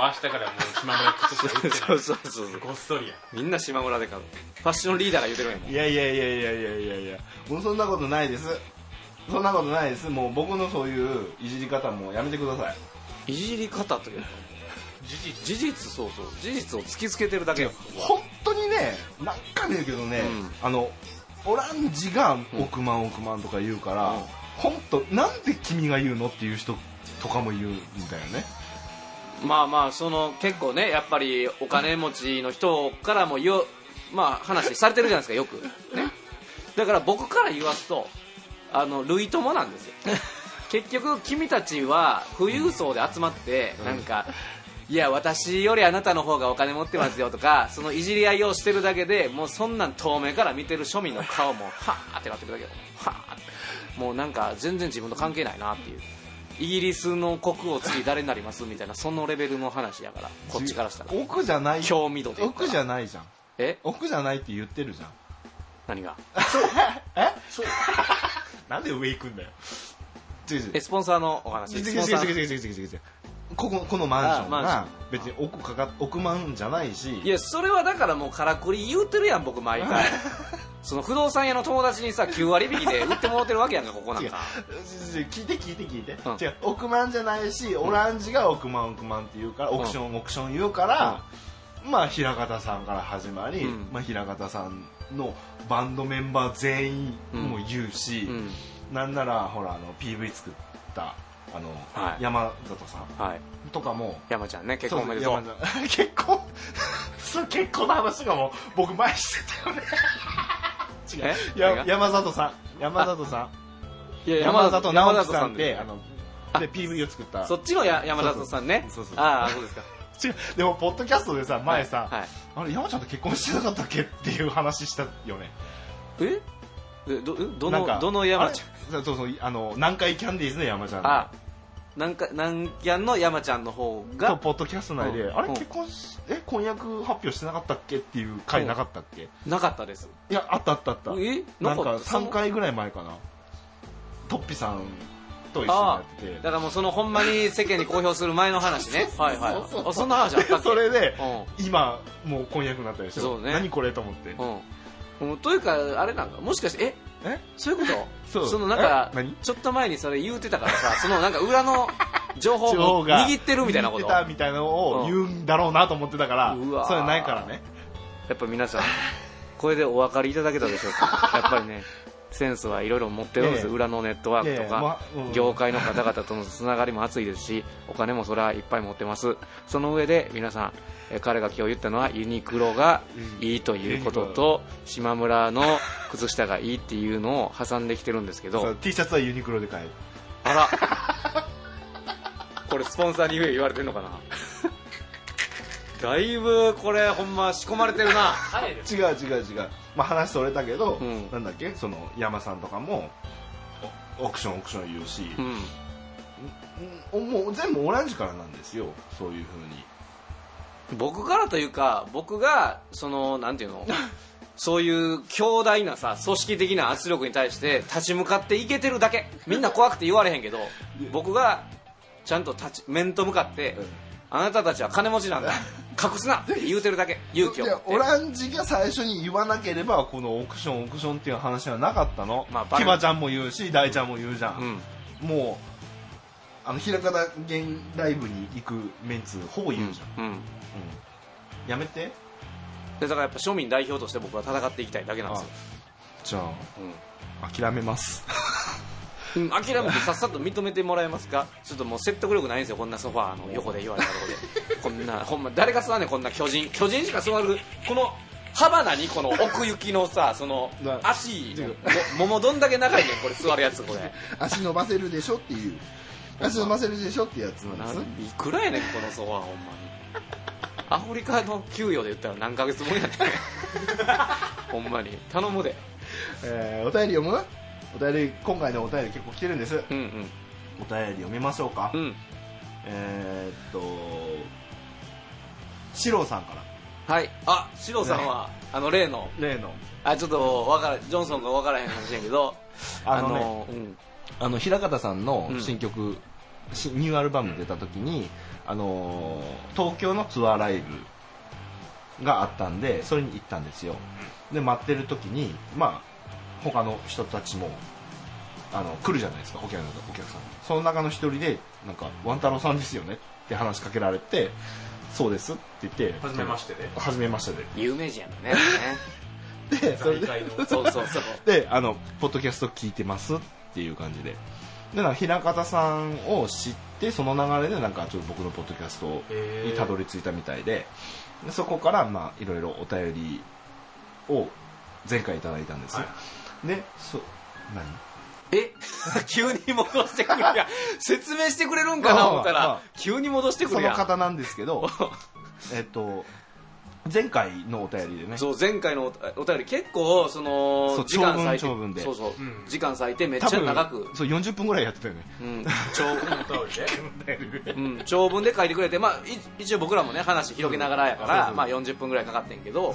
[SPEAKER 4] 明日からもう島村靴下売ってない
[SPEAKER 5] そうそうそうそう
[SPEAKER 4] ごっそりや
[SPEAKER 5] みんな島村で買うファッションリーダーが言うてるんやもん
[SPEAKER 3] いやいやいやいやいやいやいやもうそんなことないですそんなことないですもう僕のそういういじり方もうやめてください
[SPEAKER 5] いじり方というか
[SPEAKER 4] 事実
[SPEAKER 5] 事実そうそう事実を突きつけてるだけよ
[SPEAKER 3] 本当にね何回も言うけどね、あのオランジが億万億万とか言うから、本当なんで君が言うのっていう人とかも言うんだよね
[SPEAKER 5] まあまあその結構ねやっぱりお金持ちの人からもよまあ話されてるじゃないですかよくねだから僕から言わすとあの類友なんですよ結局君たちは富裕層で集まってなんか、いや私よりあなたの方がお金持ってますよとかそのいじり合いをしてるだけでもうそんなん遠目から見てる庶民の顔もはーってなってるだけよはーってもうなんか全然自分と関係ないなっていうイギリスの国王次誰になりますみたいなそのレベルの話やからこっちからしたら
[SPEAKER 3] 奥じゃない
[SPEAKER 5] 興味度で言ったら
[SPEAKER 3] 奥じゃないじゃん
[SPEAKER 5] え
[SPEAKER 3] 奥じゃないって言ってるじゃん
[SPEAKER 5] 何が
[SPEAKER 3] なんで上行くんだよ違う違う
[SPEAKER 5] えスポンサーのお話
[SPEAKER 3] 違う
[SPEAKER 5] ス
[SPEAKER 3] 違
[SPEAKER 5] ポ
[SPEAKER 3] う
[SPEAKER 5] ンサー
[SPEAKER 3] 違う違う違う違う違う違うこここのマンション
[SPEAKER 5] あマン
[SPEAKER 3] が別に億かか億万じゃないし
[SPEAKER 5] いやそれはだからもうからくり言うてるやん僕毎回 その不動産屋の友達にさ9割引きで売ってもらってるわけやんかこ こなんか
[SPEAKER 3] 違う違う聞いて聞いて聞いて、
[SPEAKER 5] うん
[SPEAKER 3] 違う億万じゃないしオランジが億万億万って言うからオクション、オクション言うから、まあ平方さんから始まり、
[SPEAKER 5] うん
[SPEAKER 3] まあ、平方さんのバンドメンバー全員も言うし、
[SPEAKER 5] うん
[SPEAKER 3] なんならほらあの PV 作ったあの、
[SPEAKER 5] はい
[SPEAKER 3] 山里さん
[SPEAKER 5] はい
[SPEAKER 3] とかも
[SPEAKER 5] 山ちゃんね結婚おめでとう
[SPEAKER 3] そうです山ちゃん 結婚そう結婚の話がもう僕前してたよね
[SPEAKER 5] え
[SPEAKER 3] いや
[SPEAKER 5] 誰が
[SPEAKER 3] 山里さん山里さん
[SPEAKER 5] いや
[SPEAKER 3] 山里直樹さんっ
[SPEAKER 5] で
[SPEAKER 3] てあので PV を作った
[SPEAKER 5] そっちのや山里さんね
[SPEAKER 3] そうそうそう
[SPEAKER 5] ああそうですか
[SPEAKER 3] 違うでもポッドキャストでさ前さ、
[SPEAKER 5] はい
[SPEAKER 3] あれ山ちゃんと結婚してなかったっけっていう話したよね
[SPEAKER 5] ええどど
[SPEAKER 3] なんか
[SPEAKER 5] のどの山ちゃん
[SPEAKER 3] あれそうそうあの南海キャンディーズの山ちゃん
[SPEAKER 5] あなんかなんやんの山ちゃんの方
[SPEAKER 3] と
[SPEAKER 5] が
[SPEAKER 3] ポッドキャスト内で、
[SPEAKER 5] うん
[SPEAKER 3] あれ
[SPEAKER 5] うん
[SPEAKER 3] 結婚しえ婚約発表してなかったっけっていう回なかったっけ、い
[SPEAKER 5] なかったです
[SPEAKER 3] やあったあったあった
[SPEAKER 5] え
[SPEAKER 3] な
[SPEAKER 5] なんか
[SPEAKER 3] か
[SPEAKER 5] ったその
[SPEAKER 3] 3回ぐらい前かなトッピさんと一緒にやって
[SPEAKER 5] だからもうそのほんまに世間に公表する前の話ねはいはいあそんな話あった
[SPEAKER 3] て
[SPEAKER 5] っけ
[SPEAKER 3] それで
[SPEAKER 5] うん
[SPEAKER 3] 今もう婚約になったでしょ
[SPEAKER 5] そうね
[SPEAKER 3] 何これと思って
[SPEAKER 5] うん、うん、というかあれなんかもしかしてえ
[SPEAKER 3] え
[SPEAKER 5] そういうこと
[SPEAKER 3] そう
[SPEAKER 5] のなんか
[SPEAKER 3] え何
[SPEAKER 5] ちょっと前にそれ言うてたからさそのなんか裏の情報
[SPEAKER 3] 情報
[SPEAKER 5] を
[SPEAKER 3] が
[SPEAKER 5] 握ってるみたいなこと
[SPEAKER 3] 握ってたみたいなのを言うんだろうなと思ってたから、
[SPEAKER 5] うんうわー
[SPEAKER 3] それないからね
[SPEAKER 5] やっぱ 皆さん、これでお分かりいただけたでしょうか。やっぱりね、センスはいろいろ持ってるんです、
[SPEAKER 3] ええ
[SPEAKER 5] 裏のネットワークとか、
[SPEAKER 3] ええまうん
[SPEAKER 5] 業界の方々とのつながりも熱いですし、お金もそれはいっぱい持ってます。その上で皆さん、え彼が今日言ったのはユニクロがいいということと、島村の靴下がいいっていうのを挟んできてるんですけ
[SPEAKER 3] そ
[SPEAKER 5] ど
[SPEAKER 3] う、T シャツはユニクロで買える
[SPEAKER 5] あら、 これスポンサーに言われてるの かなだいぶこれほんま仕込まれてるな。
[SPEAKER 4] 彼です
[SPEAKER 3] 違う違う違う、まあ、話それたけど、
[SPEAKER 5] うん
[SPEAKER 3] なんだっけその山さんとかもおオークションオークション言うし、
[SPEAKER 5] うん
[SPEAKER 3] うんもう全部オランジからなんですよそういうふうに
[SPEAKER 5] 僕からというか僕がそのなん ていうのそういう強大なさ組織的な圧力に対して立ち向かっていけてるだけみんな怖くて言われへんけど僕がちゃんと立ち面と向かって、あなたたちは金持ちなん だ隠すなって言うてるだけ勇気を
[SPEAKER 3] い
[SPEAKER 5] 持
[SPEAKER 3] や
[SPEAKER 5] って
[SPEAKER 3] オランジが最初に言わなければこのオークションオークションっていう話はなかったの、
[SPEAKER 5] まあバレ
[SPEAKER 3] キバちゃんも言うし大ちゃんも言うじゃ、
[SPEAKER 5] うんん
[SPEAKER 3] もうあの平方弦ライブに行くメンツほぼ言うじゃん、
[SPEAKER 5] うん
[SPEAKER 3] やめて
[SPEAKER 5] でだからやっぱ庶民代表として僕は戦っていきたいだけなんですよ
[SPEAKER 3] じゃあ、諦めます
[SPEAKER 5] うん諦めてさっさと認めてもらえますかちょっともう説得力ないんですよこんなソファーの横で言われたところでこんなほんま誰が座んねんこんな巨人巨人しか座るこの幅なにこの奥行きのさその
[SPEAKER 6] な
[SPEAKER 5] 足のももどんだけ長いねんこれ座るやつこれ
[SPEAKER 6] 足伸ばせるでしょっていう足伸ばせるでしょってやつなんです
[SPEAKER 5] いくらやねんこのソファーほんまにアフリカの給与で言ったら何ヶ月分やねんほんまに頼むで
[SPEAKER 6] えーお便り読むお便り今回のお便り結構来てるんです
[SPEAKER 5] うん
[SPEAKER 3] お便り読みましょうか、
[SPEAKER 5] うんうん
[SPEAKER 3] えー、っとシローさんから
[SPEAKER 5] はいあシロさんは、あの例の
[SPEAKER 3] 例の
[SPEAKER 5] あちょっとわからジョンソンが分からへん話やけど
[SPEAKER 3] あのね
[SPEAKER 5] うん
[SPEAKER 3] あの平方さんの新曲しニューアルバム出た時に、あのー東京のツアーライブがあったんでそれに行ったんですよで待ってる時にまあ他の人たちもあの来るじゃないですかお客お客さんその中の一人でなんか「ワン太郎さんですよね」って話しかけられて「そうです」って言って「
[SPEAKER 4] 初めましてで
[SPEAKER 3] 初めましてで」
[SPEAKER 5] 有名人やもんね
[SPEAKER 3] でそれ
[SPEAKER 4] 大
[SPEAKER 3] で
[SPEAKER 4] 会の
[SPEAKER 5] そうそ うそう
[SPEAKER 3] であの「ポッドキャスト聞いてます」っていう感じででなんか平方さんを知ってその流れでなんかちょっと僕のポッドキャストにたどり着いたみたいででそこからまあいろいろお便りを前回いただいたんですよ、でそ何
[SPEAKER 5] え 急に戻してくるやん説明してくれるんかな思った
[SPEAKER 3] まあまあ
[SPEAKER 5] ら急に戻してく
[SPEAKER 3] そ
[SPEAKER 5] るや
[SPEAKER 3] の
[SPEAKER 5] ん
[SPEAKER 3] 方なんですけ どえっと前回のお便りでね
[SPEAKER 5] そう前回のおお便り結構その
[SPEAKER 3] そう
[SPEAKER 5] 時間割いて
[SPEAKER 3] 長文長文で
[SPEAKER 5] そうそう、
[SPEAKER 4] うん
[SPEAKER 5] 時間割いてめっ
[SPEAKER 3] 多
[SPEAKER 5] ちゃ
[SPEAKER 3] 分
[SPEAKER 5] 長く、
[SPEAKER 3] そう40分ぐらいやってたよね
[SPEAKER 5] うん、長文
[SPEAKER 4] お便りで
[SPEAKER 5] うん、長文で書いてくれて、まあ、い一応僕らもね話広げながらやか
[SPEAKER 3] そうそう
[SPEAKER 5] ら、
[SPEAKER 3] そう
[SPEAKER 5] まあ、40分ぐらいかかってんけど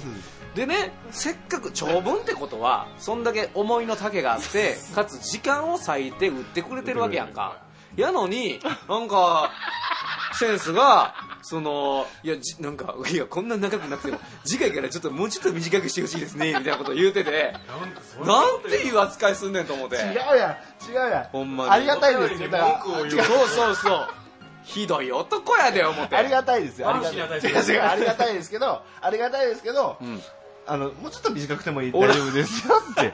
[SPEAKER 5] でねせっかく長文ってことはそんだけ思いの丈があってかつ時間を割いて売ってくれてるわけやんかやのになんかセンスがそのいやじなんかいやこんな長くなくても次回からちょっともうちょっと短くしてほしいですねみたいなこと言う てて
[SPEAKER 4] なんかそ
[SPEAKER 5] なんていう扱いすんねんと思って
[SPEAKER 6] うやん違うや
[SPEAKER 5] ほん
[SPEAKER 6] ん
[SPEAKER 5] まに
[SPEAKER 6] ありがたいです
[SPEAKER 4] に
[SPEAKER 6] よだから
[SPEAKER 4] 文句を言う
[SPEAKER 5] そうそうそうひどい男やで思って
[SPEAKER 6] ありがたいですよありが
[SPEAKER 4] マジな
[SPEAKER 6] た
[SPEAKER 4] 大
[SPEAKER 6] い
[SPEAKER 4] 事
[SPEAKER 6] 違う違うありがたいですけどありがたいですけど、
[SPEAKER 5] ん
[SPEAKER 3] あのもうちょっと短くてもいい
[SPEAKER 5] 俺
[SPEAKER 3] 大丈夫ですよって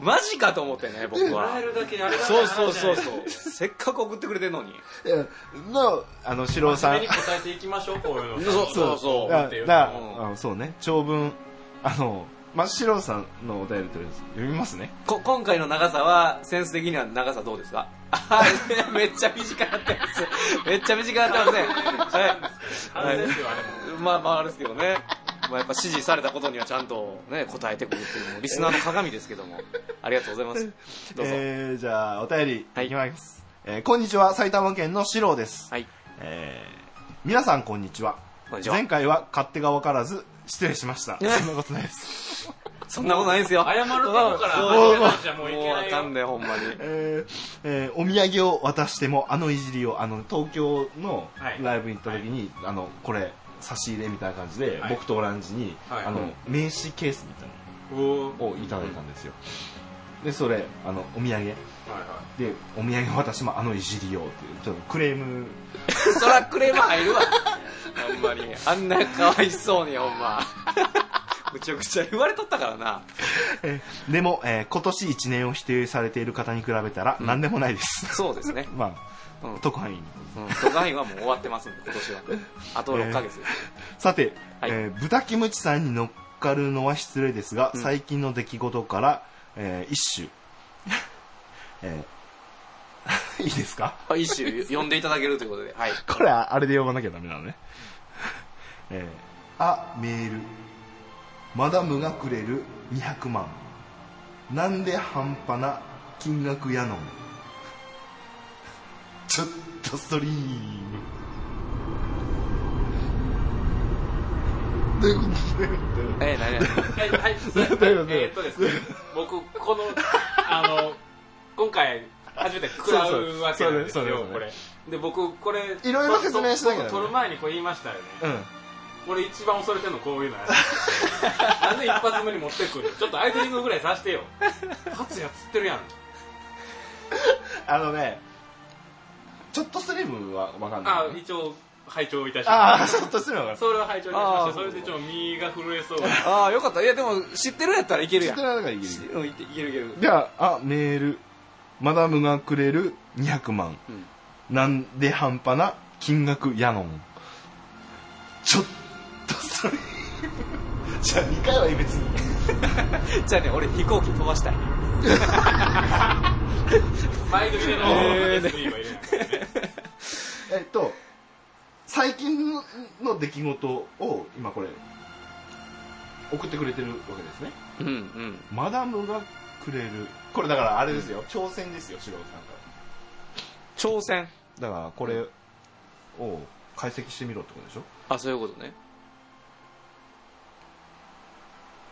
[SPEAKER 5] マジかと思ってね僕
[SPEAKER 4] もら
[SPEAKER 5] は
[SPEAKER 4] えるだけありがたい
[SPEAKER 5] そう
[SPEAKER 4] 話じゃ
[SPEAKER 5] そ
[SPEAKER 4] な
[SPEAKER 5] う
[SPEAKER 4] い
[SPEAKER 5] そう そうせっかく送ってくれてるのに
[SPEAKER 6] うんの
[SPEAKER 3] あの四郎さ
[SPEAKER 4] 真
[SPEAKER 3] ん
[SPEAKER 4] 面目に答えていきましょうこういうの
[SPEAKER 5] そうそう
[SPEAKER 3] だ
[SPEAKER 5] そ
[SPEAKER 3] か
[SPEAKER 4] ってい
[SPEAKER 3] ら
[SPEAKER 4] う
[SPEAKER 3] だから
[SPEAKER 5] う
[SPEAKER 3] あのそうね長文あの真っ白さんのお便りとりあえず読みますね
[SPEAKER 5] うこ今回の長さはセンス的には長さどうですかあー めっちゃ短くなって ますめっちゃ短くなってますね
[SPEAKER 4] 反省ですよあれも
[SPEAKER 5] はいまあまああれですけどねまあやっぱ指示されたことにはちゃんとね答えてくるっていうのもリスナーの鏡ですけどもありがとうござい ますどうぞ、
[SPEAKER 3] えー、じゃあお便り
[SPEAKER 5] はい
[SPEAKER 3] いきます、えーこんにちは埼玉県の四郎です、
[SPEAKER 5] はい
[SPEAKER 3] えー皆さんこんにちは
[SPEAKER 5] こんにちは
[SPEAKER 3] 前回は勝手が分からず失礼しましたそんなことないです、
[SPEAKER 5] そんなことないんですよ
[SPEAKER 4] 謝るとこから
[SPEAKER 5] そう
[SPEAKER 4] 謝るじゃもういけ
[SPEAKER 5] もう
[SPEAKER 4] な
[SPEAKER 5] あ
[SPEAKER 4] い
[SPEAKER 5] か
[SPEAKER 4] よ
[SPEAKER 5] んでほんまに
[SPEAKER 3] えーえーお土産を渡してもあのいじりをあの東京の
[SPEAKER 4] はい
[SPEAKER 3] ライブに行った時に、あのこれ差し入れみたいな感じで、
[SPEAKER 4] はい
[SPEAKER 3] 僕とオランジに、
[SPEAKER 4] はい
[SPEAKER 3] あの名刺ケースみたいな
[SPEAKER 4] おー
[SPEAKER 3] をいただいたんですよ、でそれあのお土産
[SPEAKER 4] はいは
[SPEAKER 3] でお土産私もあのいじりようっていうちょっとクレーム
[SPEAKER 5] そらクレーム入るわほんまにあんなかわいそうにほんまむちゃくちゃ言われとったからな
[SPEAKER 3] えーでも、えー今年1年を否定されている方に比べたら何でもないです、
[SPEAKER 5] そうですね
[SPEAKER 3] まあ、
[SPEAKER 5] うん
[SPEAKER 3] 特派員
[SPEAKER 5] うん都外はもう終わってますんで今年はあと6ヶ月です、
[SPEAKER 3] さて、
[SPEAKER 5] はい
[SPEAKER 3] えー豚キムチさんに乗っかるのは失礼ですが、最近の出来事から、えー一首、 えー いいですか
[SPEAKER 5] あ一種呼んでいただけるということではい
[SPEAKER 3] これあれで読まなきゃダメなのね、 えーあメールマダムがくれる200万なんで半端な金額やの んちょっとストリーム
[SPEAKER 4] いは
[SPEAKER 5] えー、何々
[SPEAKER 4] いはいそれえーっとですね僕このあの今回初めて食らうわけなんです
[SPEAKER 3] そうそうそう
[SPEAKER 4] よ
[SPEAKER 3] です
[SPEAKER 4] これで僕これ
[SPEAKER 3] いろいろ説明しなきゃね
[SPEAKER 4] 撮る前にこう言いましたよね
[SPEAKER 3] うん
[SPEAKER 4] 俺一番恐れてるのこういうのやつなんで一発目に持ってくるちょっとアイドリングぐらいさしてよ勝也釣ってるやん
[SPEAKER 3] あのねちょっとスリムはわかんな
[SPEAKER 4] あ
[SPEAKER 3] い、
[SPEAKER 4] 一応拝聴いたし
[SPEAKER 3] あ
[SPEAKER 4] ま
[SPEAKER 3] あ
[SPEAKER 4] し
[SPEAKER 3] ちょっとスリムはわ
[SPEAKER 4] た
[SPEAKER 3] か
[SPEAKER 4] それは拝聴いたしまし
[SPEAKER 5] あー
[SPEAKER 4] たそれでちょっと身が震えそうな
[SPEAKER 5] ああよかったいやでも知ってるやったらいけるやん
[SPEAKER 3] るなんかいける
[SPEAKER 5] うんいけいけるいける
[SPEAKER 3] じゃああメールマダムがくれる200万、なんで半端な金額やのんちょっとそれ じゃあ2回は別に
[SPEAKER 5] じゃあね俺飛行機飛ばしたい
[SPEAKER 4] 前撮りでの
[SPEAKER 5] えーね
[SPEAKER 4] SE は入れない
[SPEAKER 3] えっと最近の出来事を今これ送ってくれてるわけですね
[SPEAKER 5] うんうん
[SPEAKER 3] マダムがくれるこれだからあれですよ、挑戦ですよ四郎さんから
[SPEAKER 5] 挑戦
[SPEAKER 3] だからこれを解析してみろってことでしょ
[SPEAKER 5] あそういうことね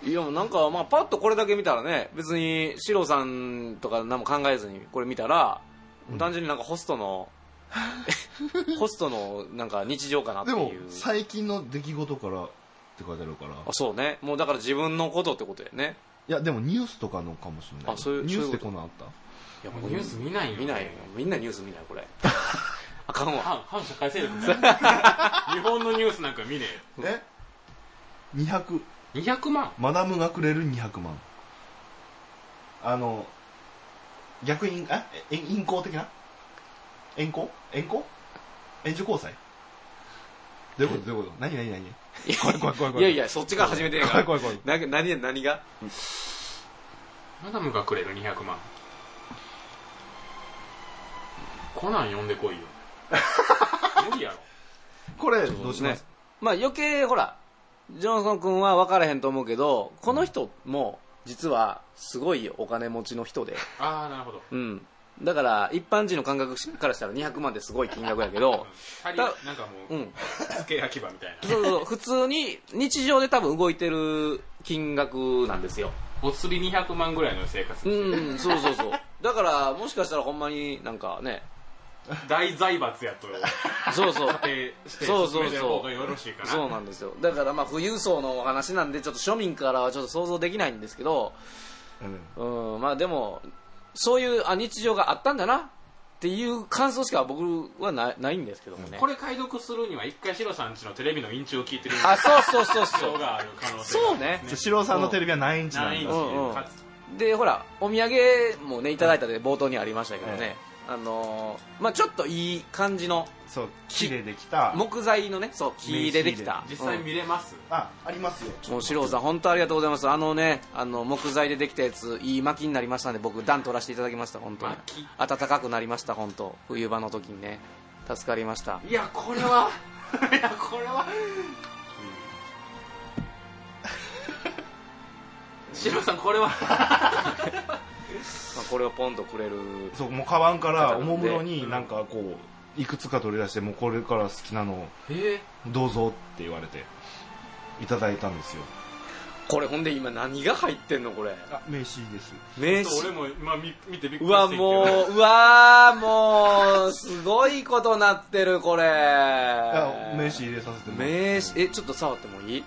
[SPEAKER 5] いやなんかまあパッとこれだけ見たらね別にシロさんとか何も考えずにこれ見たら単純になんかホスト のホストのなんか日常かなって
[SPEAKER 3] でも
[SPEAKER 5] いう
[SPEAKER 3] 最近の出来事からって書いてあるから
[SPEAKER 5] あそうねもうだから自分のことってことやね
[SPEAKER 3] いやでもニュースとかのかもしれない
[SPEAKER 5] あそういう
[SPEAKER 3] ニュー
[SPEAKER 5] そ
[SPEAKER 3] ス
[SPEAKER 5] う
[SPEAKER 3] っ
[SPEAKER 5] い
[SPEAKER 3] て
[SPEAKER 5] うこと
[SPEAKER 3] こんなんあった
[SPEAKER 4] いやもうニュース見ないよ
[SPEAKER 5] 見ないよみんなニュース見ないこ れあかんわ
[SPEAKER 4] 反反社会勢力みたいな日本のニュースなんか見ね
[SPEAKER 3] え200
[SPEAKER 4] えよ200万
[SPEAKER 3] マダムがくれる200万あの逆にあえ陰行的な遠行遠行援助交際どういうことどういうこと何何何 怖い怖い怖い
[SPEAKER 5] い
[SPEAKER 3] 怖い
[SPEAKER 5] やいやそっちから始めてんやか
[SPEAKER 3] 怖
[SPEAKER 5] ら
[SPEAKER 3] い怖い怖い
[SPEAKER 5] な何や何が
[SPEAKER 4] マダムがくれる200万コナン呼んでこいよ無理やろ
[SPEAKER 3] これどうします
[SPEAKER 5] まあ余計ほらジョンソン君は分からへんと思うけどこの人も実はすごいお金持ちの人で、
[SPEAKER 4] ああなるほど
[SPEAKER 5] うん、だから一般人の感覚からしたら200万ってすごい金額やけど
[SPEAKER 4] うん、針
[SPEAKER 5] だ
[SPEAKER 4] なんか
[SPEAKER 5] う、
[SPEAKER 4] もうん付け焼き場みたいな
[SPEAKER 5] そうそう普通に日常で多分動いてる金額なんですよ
[SPEAKER 4] お釣り200万ぐらいの生活
[SPEAKER 5] うんそうそうそうだからもしかしたらほんまになんかね
[SPEAKER 4] 大財閥やと
[SPEAKER 5] そう そう
[SPEAKER 4] 仮定して
[SPEAKER 5] そうそ
[SPEAKER 4] 進め
[SPEAKER 5] うそう
[SPEAKER 4] てる方がよろしいかな
[SPEAKER 5] そうなんですよだからまあ富裕層のお話なんでちょっと庶民からはちょっと想像できないんですけどうんまあでもそういうあ日常があったんだなっていう感想しか僕はないないんですけどもね
[SPEAKER 4] これ解読するには一回シロさんちのテレビのインチを聞いてる
[SPEAKER 5] あそうそうそう
[SPEAKER 4] 必
[SPEAKER 5] そ
[SPEAKER 4] 要
[SPEAKER 5] う
[SPEAKER 4] がある可能性
[SPEAKER 5] そうね
[SPEAKER 3] 四郎さんのテレビは何インチな
[SPEAKER 4] なんい
[SPEAKER 3] だ
[SPEAKER 4] ん
[SPEAKER 5] うんうん
[SPEAKER 4] かつ
[SPEAKER 5] でほらお土産もねいただいたで冒頭にありましたけどね、あのーまあちょっといい感じの
[SPEAKER 3] そう木でできた
[SPEAKER 5] 木材のねそう木でできた
[SPEAKER 4] 実際見れます
[SPEAKER 3] あありますよ
[SPEAKER 5] うんもう四郎さん本当ありがとうございますあのねあの木材でできたやついい薪になりましたんで僕暖取らせていただきました本当に
[SPEAKER 4] 薪
[SPEAKER 5] 暖かくなりました本当冬場の時にね助かりました
[SPEAKER 4] いやこれ はいやこれはシロさんこれは
[SPEAKER 5] まあこれをポンとくれる
[SPEAKER 3] そうもうカバンからおもむろになんかこういくつか取り出してもうこれから好きなのを
[SPEAKER 4] え
[SPEAKER 3] どうぞって言われていただいたんですよ
[SPEAKER 5] これほんで今何が入ってんのこれ
[SPEAKER 3] あ名刺です
[SPEAKER 5] 名
[SPEAKER 4] ー
[SPEAKER 5] 刺
[SPEAKER 4] 俺も今見見てびっくりし
[SPEAKER 5] う
[SPEAKER 4] て
[SPEAKER 5] わ
[SPEAKER 4] んけど
[SPEAKER 5] もううわもうすごいことなってるこれ
[SPEAKER 3] あ名刺入れさせてもらって
[SPEAKER 5] 名刺えちょっと触ってもいい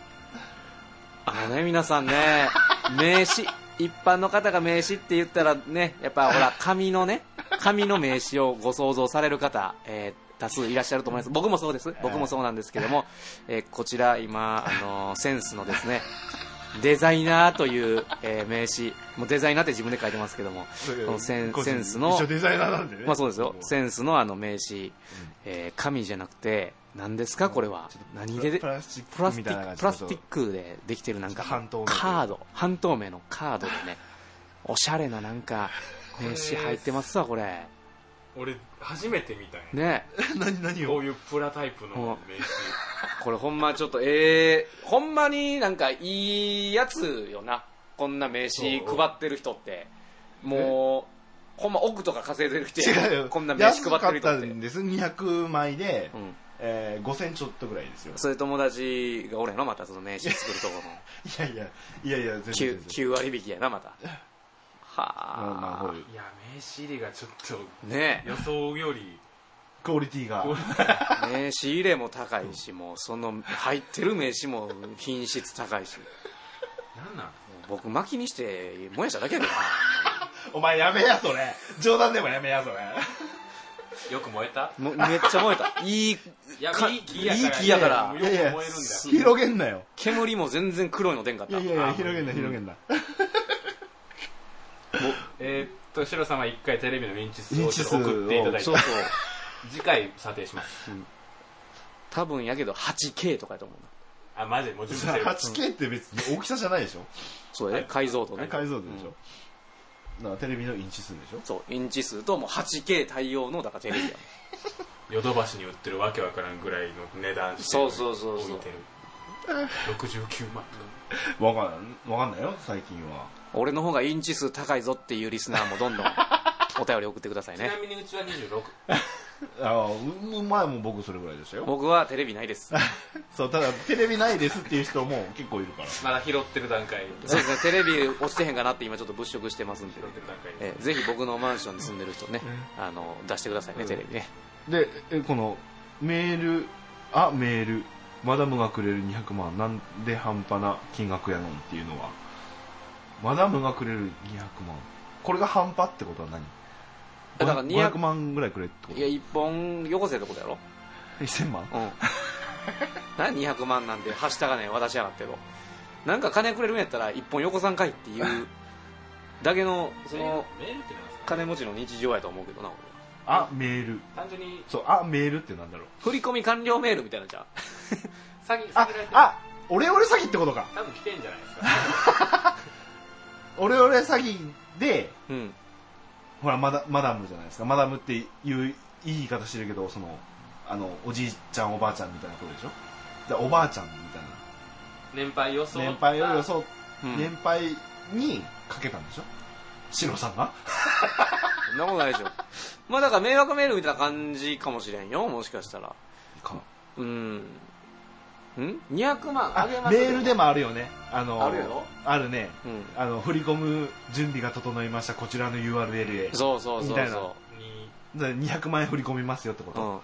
[SPEAKER 5] あのね皆さんね名刺一般の方が名刺って言ったらねやっぱほら紙のね紙の名刺をご想像される方、えー多数いらっしゃると思います僕もそうです僕もそうなんですけども、えーこちら今、あのセンスのですねデザイナーという、えー名刺もうデザイナーって自分で書いてますけどもこのセン
[SPEAKER 3] 個人
[SPEAKER 5] センスの
[SPEAKER 3] 一応デザイナーなんでね
[SPEAKER 5] まあそうですよ
[SPEAKER 3] も
[SPEAKER 5] センスのあの名刺、えー紙じゃなくて何ですかこれは何でで
[SPEAKER 3] プラスチッ
[SPEAKER 5] プラ
[SPEAKER 3] ク
[SPEAKER 5] ス
[SPEAKER 3] み
[SPEAKER 5] テ
[SPEAKER 3] た
[SPEAKER 5] ィ
[SPEAKER 3] いな感
[SPEAKER 5] ック
[SPEAKER 3] じ
[SPEAKER 5] プラスティックでできてるなんか
[SPEAKER 3] ちょっと半透明
[SPEAKER 5] カード半透明のカー ドでねおしゃれななんか名刺入ってますわこれ
[SPEAKER 4] 俺初めて見たんや
[SPEAKER 5] ね
[SPEAKER 3] 何何
[SPEAKER 4] こ
[SPEAKER 3] を
[SPEAKER 4] ういうプラタイプの名刺
[SPEAKER 5] これほんまちょっとええほんまになんかいいやつよなこんな名刺配ってる人ってもうほんま億とか稼いでる人や
[SPEAKER 3] 違うよ
[SPEAKER 5] こんな名刺配ってる
[SPEAKER 3] 安かっ
[SPEAKER 5] 人ったて
[SPEAKER 3] んです200枚で、
[SPEAKER 5] うん
[SPEAKER 3] えー、5000ちょっとぐらいですよ
[SPEAKER 5] そういう友達がおるやろまたその名刺作ると ころの
[SPEAKER 3] いやいやいやいや全然全
[SPEAKER 5] 9
[SPEAKER 3] 然
[SPEAKER 5] 割引きやなまた
[SPEAKER 3] まあまあ
[SPEAKER 5] は
[SPEAKER 3] こういう
[SPEAKER 4] いや名刺入れがちょっと
[SPEAKER 5] あね え
[SPEAKER 4] 予想よ り
[SPEAKER 3] クオリティが
[SPEAKER 5] 名刺入れも高いしもうその入ってる名刺も品質高いしも
[SPEAKER 4] なんなん
[SPEAKER 5] う僕巻きにして燃やしただけやで
[SPEAKER 3] お前やめやそれ冗談でもやめやそれ
[SPEAKER 4] よく燃えた
[SPEAKER 5] もうめっちゃ燃えた いい
[SPEAKER 4] いや
[SPEAKER 5] か
[SPEAKER 4] いい木やから
[SPEAKER 5] いい木やから
[SPEAKER 4] よく燃えるんだよ
[SPEAKER 3] 広げんなよ
[SPEAKER 5] 煙も全然黒いの出んかっ
[SPEAKER 3] い
[SPEAKER 5] た
[SPEAKER 3] やいやいや広げんな広げんな
[SPEAKER 4] えーっとシロさんは一回テレビの認知数
[SPEAKER 3] 認
[SPEAKER 4] を
[SPEAKER 3] 知
[SPEAKER 4] ちょ
[SPEAKER 3] 数
[SPEAKER 4] っと
[SPEAKER 3] を
[SPEAKER 4] 送っていただいて
[SPEAKER 5] そうそう
[SPEAKER 4] 次回査定します
[SPEAKER 5] 多分やけど 8K とかやと思うな
[SPEAKER 4] あマジでもう準備してる
[SPEAKER 3] 8K って別に大きさじゃないでしょ
[SPEAKER 5] そうやね解像度ね
[SPEAKER 3] 解像度でしょ、だからテレビのインチ数でしょ
[SPEAKER 5] そうインチ数ともう 8K 対応のだからテレビや
[SPEAKER 4] ヨドバシに売ってるわけわからんぐらいの値段して
[SPEAKER 5] そうそうそうそう
[SPEAKER 4] 置いてる69万
[SPEAKER 3] わかんわかんないよ最近は
[SPEAKER 5] 俺の方がイ ンチ数高いぞっていうリスナーもどんどんお便り送ってください
[SPEAKER 4] ち
[SPEAKER 5] ね
[SPEAKER 4] なみにうちは26
[SPEAKER 3] あう前も僕それぐらいでしたよ
[SPEAKER 5] 僕はテレビない です。
[SPEAKER 3] そうただテレビないですっていう人も結構いるから
[SPEAKER 4] まだ拾ってる段階拾
[SPEAKER 5] そうですね、テレビ落ちてへんかなって今ちょっと物色してますん で
[SPEAKER 4] っ。てる段階
[SPEAKER 5] えーぜひ僕のマンションに住んでる人ね、あの出してくださいね、テレビね。
[SPEAKER 3] でえこのメールあメールマダムがくれる200万なんで半端な金額やのんっていうのはマダムがくれる200万これが半端ってことは何
[SPEAKER 5] だから
[SPEAKER 3] 500
[SPEAKER 5] 200
[SPEAKER 3] 万ぐらいくれってこ
[SPEAKER 5] いや、一本よこせってことやろ。
[SPEAKER 3] と1000万
[SPEAKER 5] うん。何200万なんて、はしたがね、渡しやがってと。なんか金くれるんやったら、一本よこさんかいっていうだけの、その、
[SPEAKER 4] メールってなんですか
[SPEAKER 5] 金持ちの日常やと思うけどな、俺は
[SPEAKER 3] あメール
[SPEAKER 4] 単純に
[SPEAKER 3] そうあメールってなんだろう
[SPEAKER 5] 振り込み完了メールみたいなのじゃん。
[SPEAKER 4] 詐欺詐
[SPEAKER 3] あ
[SPEAKER 4] 欺られてる
[SPEAKER 3] あオレオレ詐欺ってことか
[SPEAKER 4] 多分来てんじゃないですか
[SPEAKER 3] オレオレ詐欺で
[SPEAKER 5] うん。
[SPEAKER 3] ほらマダマダムじゃないですかマダムっていういい言い方してるけどそのあのおじいちゃんおばあちゃんみたいなことでしょだからおばあちゃんみたいな
[SPEAKER 4] 年配予想
[SPEAKER 3] 年配を装っ
[SPEAKER 5] うん
[SPEAKER 3] 年配にかけたんでしょシロさんが
[SPEAKER 5] そんなことないでしょ。 まあだから迷惑メールみたいな感じかもしれんよ、もしかしたら。うん。ん ?200 万あ
[SPEAKER 3] あ
[SPEAKER 5] げます
[SPEAKER 3] メ
[SPEAKER 5] よ
[SPEAKER 3] ールでもあるよねあの
[SPEAKER 5] あるよ
[SPEAKER 3] あるね
[SPEAKER 5] うん。
[SPEAKER 3] あの振り込む準備が整いましたこちらの URL へ
[SPEAKER 5] そうそう
[SPEAKER 3] み
[SPEAKER 5] そ
[SPEAKER 3] た
[SPEAKER 5] う
[SPEAKER 3] いな
[SPEAKER 5] そ
[SPEAKER 4] に
[SPEAKER 3] で200万円振り込みますよってこ
[SPEAKER 5] う。
[SPEAKER 3] と、
[SPEAKER 5] うん。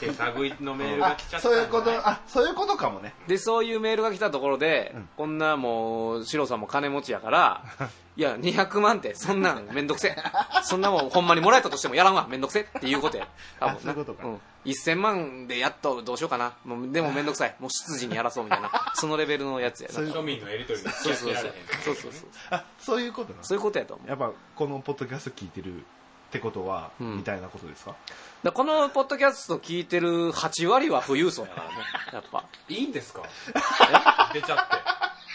[SPEAKER 4] 手探りのメールが
[SPEAKER 3] あ
[SPEAKER 4] 来ちゃったん
[SPEAKER 3] そ
[SPEAKER 4] じゃ
[SPEAKER 3] ういうこと
[SPEAKER 4] ない
[SPEAKER 3] あそういうことかもね
[SPEAKER 5] で、そういうメールが来たところで、
[SPEAKER 3] うん
[SPEAKER 5] こんなもう、シロさんも金持ちや から、いや、200万って、そんなんめんどくせえ。そんなもんほんまにもらえたとしてもやらんわ、めんどくせえっていうことや。多分 な
[SPEAKER 3] あそういうことか
[SPEAKER 5] ん。1000万でやっとどうしようかな。もうでもめんどくさい。もう執事にやらそうみたいな。そのレベルのやつやな。
[SPEAKER 3] そういう
[SPEAKER 4] 庶民のやり取りに
[SPEAKER 5] そうそう
[SPEAKER 4] ら
[SPEAKER 5] そ
[SPEAKER 4] れへ。
[SPEAKER 5] うんそうそうそう。
[SPEAKER 3] あそういうことな
[SPEAKER 5] そういうことやと思う。
[SPEAKER 3] やっぱこのポッドキャスト聞いてるってことは、
[SPEAKER 5] うん
[SPEAKER 3] みたいなことですか
[SPEAKER 5] だからこのポッドキャスト聞いてる8割は富裕層やからね。やっぱ。
[SPEAKER 4] いいんです か出ちゃ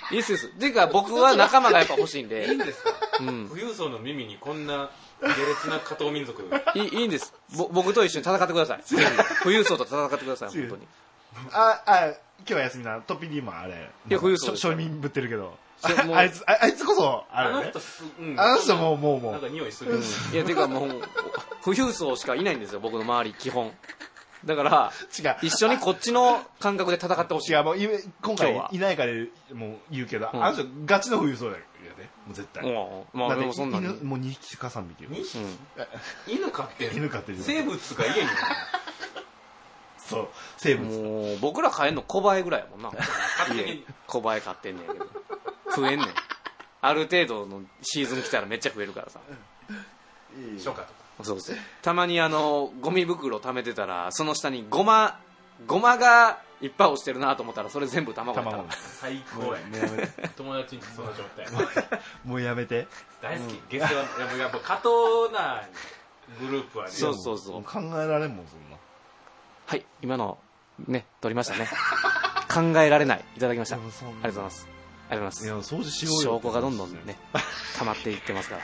[SPEAKER 5] いいっすいいっす。ていうか僕は仲間がやっぱ欲しいん
[SPEAKER 4] っていいん
[SPEAKER 5] で。
[SPEAKER 4] ですか
[SPEAKER 5] うん。
[SPEAKER 4] 富裕層の耳にこんな下劣な下等民族
[SPEAKER 5] いいいいんです。ぼ僕と一緒に戦ってください。ぜひ富裕層と戦ってください、本当に。
[SPEAKER 3] ああ今日は休みなトピリもあれ
[SPEAKER 5] いや富裕層です
[SPEAKER 3] 庶庶民ぶってるけど
[SPEAKER 5] それもう
[SPEAKER 3] ああいつああいつこそあ
[SPEAKER 4] あ
[SPEAKER 3] れ、ね、
[SPEAKER 4] の人すうん
[SPEAKER 3] あの人もうもうも
[SPEAKER 4] なんか
[SPEAKER 3] う
[SPEAKER 4] 匂いする
[SPEAKER 5] いや、ていうかもう、富裕層しかいないんですよ、僕の周り、基本。だから、
[SPEAKER 3] 違う
[SPEAKER 5] 一緒にこっちの感覚で戦ってほしい。
[SPEAKER 3] 違うもうい今
[SPEAKER 5] 今日は
[SPEAKER 3] 回いないからもう言うけど、
[SPEAKER 5] うん
[SPEAKER 3] あの人ガチの富裕層だよねもう絶対、
[SPEAKER 5] うん。まあ
[SPEAKER 3] だって
[SPEAKER 5] でもそんなに。
[SPEAKER 3] 犬もう2匹か3匹よ
[SPEAKER 4] に
[SPEAKER 5] うん。
[SPEAKER 4] 犬飼ってる
[SPEAKER 3] 犬飼ってる
[SPEAKER 4] 生物が家にいる
[SPEAKER 3] そう生物
[SPEAKER 5] もう僕ら買えんの5倍ぐらいやもんな
[SPEAKER 4] 勝手に
[SPEAKER 5] 5倍買ってんねんけど 増えんねんある程度のシーズン来たらめっちゃ増えるからさ
[SPEAKER 4] 初夏とか
[SPEAKER 5] そうそうたまにあのゴミ袋貯めてたらその下にゴマゴマがいっぱい落ちてるなと思ったらそれ全部卵やった
[SPEAKER 3] 卵です
[SPEAKER 4] 最高や
[SPEAKER 3] もうやめて
[SPEAKER 4] 友達にそんな状態
[SPEAKER 3] もうやめて
[SPEAKER 4] 大好きゲストはいやもうやっぱ下等なグループはね
[SPEAKER 5] そうそうそ
[SPEAKER 3] も
[SPEAKER 5] う
[SPEAKER 3] 考えられんもんそんな
[SPEAKER 5] はい今のね取りましたね考えられないいただきましたあ
[SPEAKER 3] で
[SPEAKER 5] り
[SPEAKER 3] も
[SPEAKER 5] が
[SPEAKER 3] そんな
[SPEAKER 5] とうございますありがとうございます
[SPEAKER 3] いや掃除しようよ
[SPEAKER 5] 証拠がどんどんね溜まっていってますか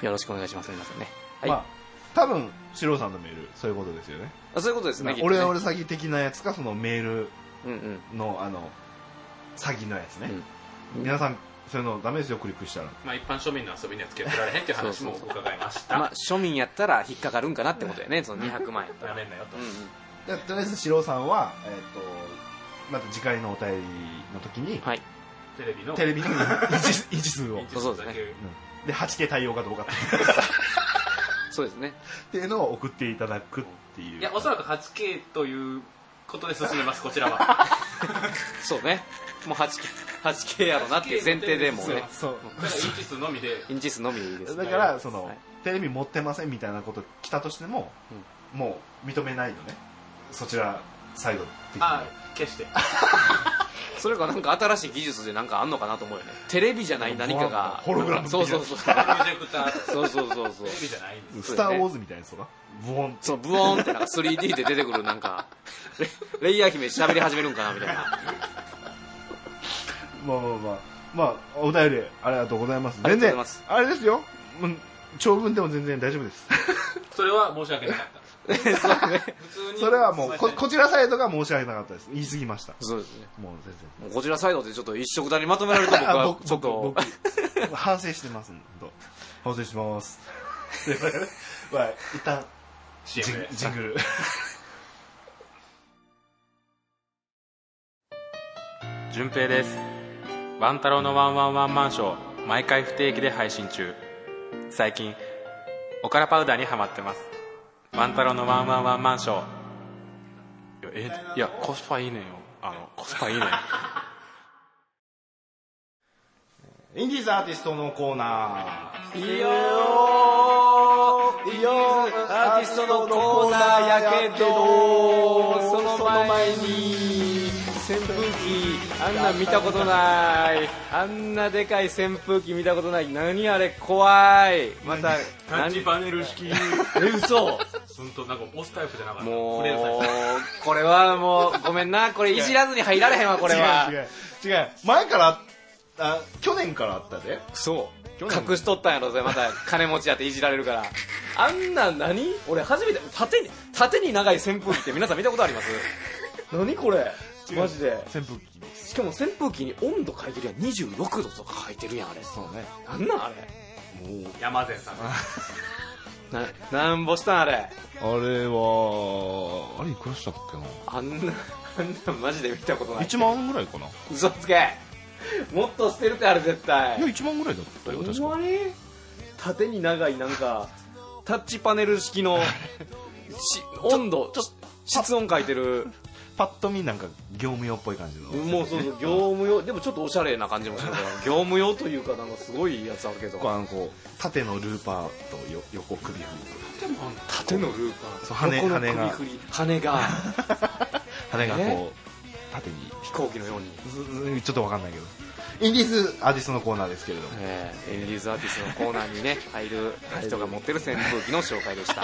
[SPEAKER 5] らよろしくお願いします皆さんねはい、
[SPEAKER 3] まあ多分四郎さんのメールそういうことですよね
[SPEAKER 5] あそういうことですねきっとね
[SPEAKER 3] 俺は俺詐欺的なやつかそのメール
[SPEAKER 5] うんうん
[SPEAKER 3] のあの詐欺のやつね、
[SPEAKER 5] うん
[SPEAKER 3] 皆さんそういうのダメですよクリックしたら
[SPEAKER 4] まあ一般庶民の遊びには付き合ってられへんっていう話も伺いました
[SPEAKER 5] まあ、庶民やったら引っかかるんかなってことやね、その200万円やった
[SPEAKER 4] や
[SPEAKER 5] ら。
[SPEAKER 4] めんなよと
[SPEAKER 5] うんうん
[SPEAKER 3] でとりあえず四郎さんは、えっとまた次回のお便りの時に、
[SPEAKER 5] はい、
[SPEAKER 4] テレビの
[SPEAKER 3] テレビの維持維持数を
[SPEAKER 4] 一部だけ
[SPEAKER 5] そう
[SPEAKER 3] で 8K 対応かどうかっ
[SPEAKER 5] そうですね。
[SPEAKER 3] ていうのを送っていただくっていう
[SPEAKER 4] い
[SPEAKER 3] い
[SPEAKER 4] やおそらく 8K ということで進めますこちらは
[SPEAKER 5] そうね。もう 8K、8K やろなっていう前提でもうね、
[SPEAKER 3] そう
[SPEAKER 4] だから一数のみで
[SPEAKER 5] インチ数のみでいいです。
[SPEAKER 3] だからその、
[SPEAKER 5] はい
[SPEAKER 3] テレビ持ってませんみたいなこと来たとしても、もう認めないのねそちらサイド的に
[SPEAKER 4] あ消して
[SPEAKER 5] それがなんか新しい技術でなんかあんのかなと思うよね。テレビじゃない何かが。
[SPEAKER 3] ホログラム
[SPEAKER 5] そうそうそう。
[SPEAKER 4] プロジェクターと
[SPEAKER 5] そうそうそうそ
[SPEAKER 4] テ
[SPEAKER 5] う
[SPEAKER 4] レ。ビじゃないんです
[SPEAKER 3] スター・ウォーズみたいなやつとかブオンって
[SPEAKER 5] そう、ブオーンってなんか 3D で出てくるなんか、レレイヤー姫喋り始めるんかなみたいな。
[SPEAKER 3] まあまあまあまあお便りありがとうございます全
[SPEAKER 5] ありがと
[SPEAKER 3] 然
[SPEAKER 5] うございます
[SPEAKER 3] あれですようん長文でも全然大丈夫です
[SPEAKER 4] それは申し訳なかった普通に
[SPEAKER 3] それはもうここちらサイドが申し訳なかったです言い過ぎました
[SPEAKER 5] そうですね。
[SPEAKER 3] もう全然
[SPEAKER 5] もうこちらサイドでちょっと一色だにまとめられると僕
[SPEAKER 3] あ
[SPEAKER 5] は
[SPEAKER 3] 僕
[SPEAKER 5] ちょっと
[SPEAKER 3] 僕。僕 反省してます本当反省しますまあ一旦
[SPEAKER 4] CM で
[SPEAKER 6] ジングル。
[SPEAKER 4] 順平ですワン太郎のワンワンワンマンショー毎回不定期で配信中最近おからパウダーにハマってますワン太郎のワンワンワンマンショーいやえいやコスパいいねんよあのコスパいいねん
[SPEAKER 3] インディーズアーティストのコーナー。
[SPEAKER 5] いいよいいよアーティストのコーナーやけどその前に扇風機あんな見たことないあんなでかい扇風機見たことない何あれ怖いまた
[SPEAKER 4] タッチパネル式
[SPEAKER 5] え 嘘
[SPEAKER 4] 本当なんか押すタイプじゃなかった触
[SPEAKER 5] もう
[SPEAKER 4] れるタイプ
[SPEAKER 5] これはもうごめんなこれいじらずに入られへんわこれは
[SPEAKER 6] 違う違う。違う前からあった、あ去年からあったで。
[SPEAKER 5] そう隠しとったんやろぜまた金持ちやっていじられるから あんなん何俺初めて縦に縦に長い扇風機って皆さん見たことあります 何これマジで
[SPEAKER 3] 扇風機です。
[SPEAKER 5] しかも扇風機に温度書いてるやん26度とか書いてるやんあれ
[SPEAKER 3] そうね。
[SPEAKER 5] なんなんあれ
[SPEAKER 4] 山善さん
[SPEAKER 5] ななんぼしたんあれ
[SPEAKER 3] あれは、あれいくらしたっけな
[SPEAKER 5] あんなあんなんマジで見たことない
[SPEAKER 3] ?1 万ぐらいかない
[SPEAKER 5] 嘘つけもっとしてるってあれ絶対
[SPEAKER 3] や、1万ぐらいだったよ、確
[SPEAKER 5] ほんま
[SPEAKER 3] か。
[SPEAKER 5] に縦に長いなんかタッチパネル式のし温度ちょ室温書いてる
[SPEAKER 3] パッと見なんか業務用っぽい感じの。
[SPEAKER 5] もうそうそう業務用でもちょっとおしゃれな感じもするから 業務用というかなんかすごいやつあるけど
[SPEAKER 3] あの、こう、縦のルーパーとよ横首振り。
[SPEAKER 5] 縦のルーパー
[SPEAKER 3] そう羽
[SPEAKER 5] 横の首
[SPEAKER 3] 羽が
[SPEAKER 5] 振り羽が
[SPEAKER 3] 羽が
[SPEAKER 5] え
[SPEAKER 3] こう、縦に。
[SPEAKER 5] 飛行機のように
[SPEAKER 3] ずずちょっとわかんないけど。インディーズアーティストのコーナーですけれども。
[SPEAKER 5] えーインディーズアーティストのコーナーにね入る人が持ってる扇風機の紹介で した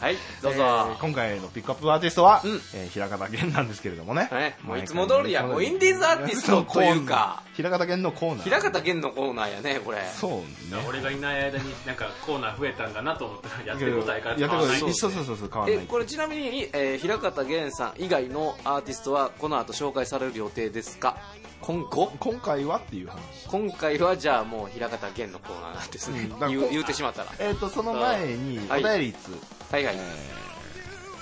[SPEAKER 5] はいどう
[SPEAKER 3] え
[SPEAKER 5] ぞ、
[SPEAKER 3] ー今回のピックアップアーティストは、
[SPEAKER 5] うん
[SPEAKER 3] えー平方玄なんですけれどもね、
[SPEAKER 5] ねもういつも通りやもうインディーズアーティストというか
[SPEAKER 3] 平方玄のコーナー
[SPEAKER 5] 平方玄のコーナーやねこれ
[SPEAKER 3] そうね
[SPEAKER 4] 俺がいない間になんかコーナー増えたんだなと思ったらやってることは変わ
[SPEAKER 3] やってること
[SPEAKER 4] らない
[SPEAKER 3] そうそうそうそう変わん
[SPEAKER 5] え
[SPEAKER 3] ない
[SPEAKER 5] これちなみに、えー平方源さん以外のアーティストはこの後紹介される予定ですか今後
[SPEAKER 3] 今回はっていう話
[SPEAKER 5] 今回はじゃあもう平方源のコーナーなんですね
[SPEAKER 3] うんだから
[SPEAKER 5] 言
[SPEAKER 3] こ
[SPEAKER 5] う
[SPEAKER 3] う
[SPEAKER 5] 言うてしまったら
[SPEAKER 3] えっ、とその前にお
[SPEAKER 5] はい
[SPEAKER 3] 便りつ、
[SPEAKER 5] はいはい、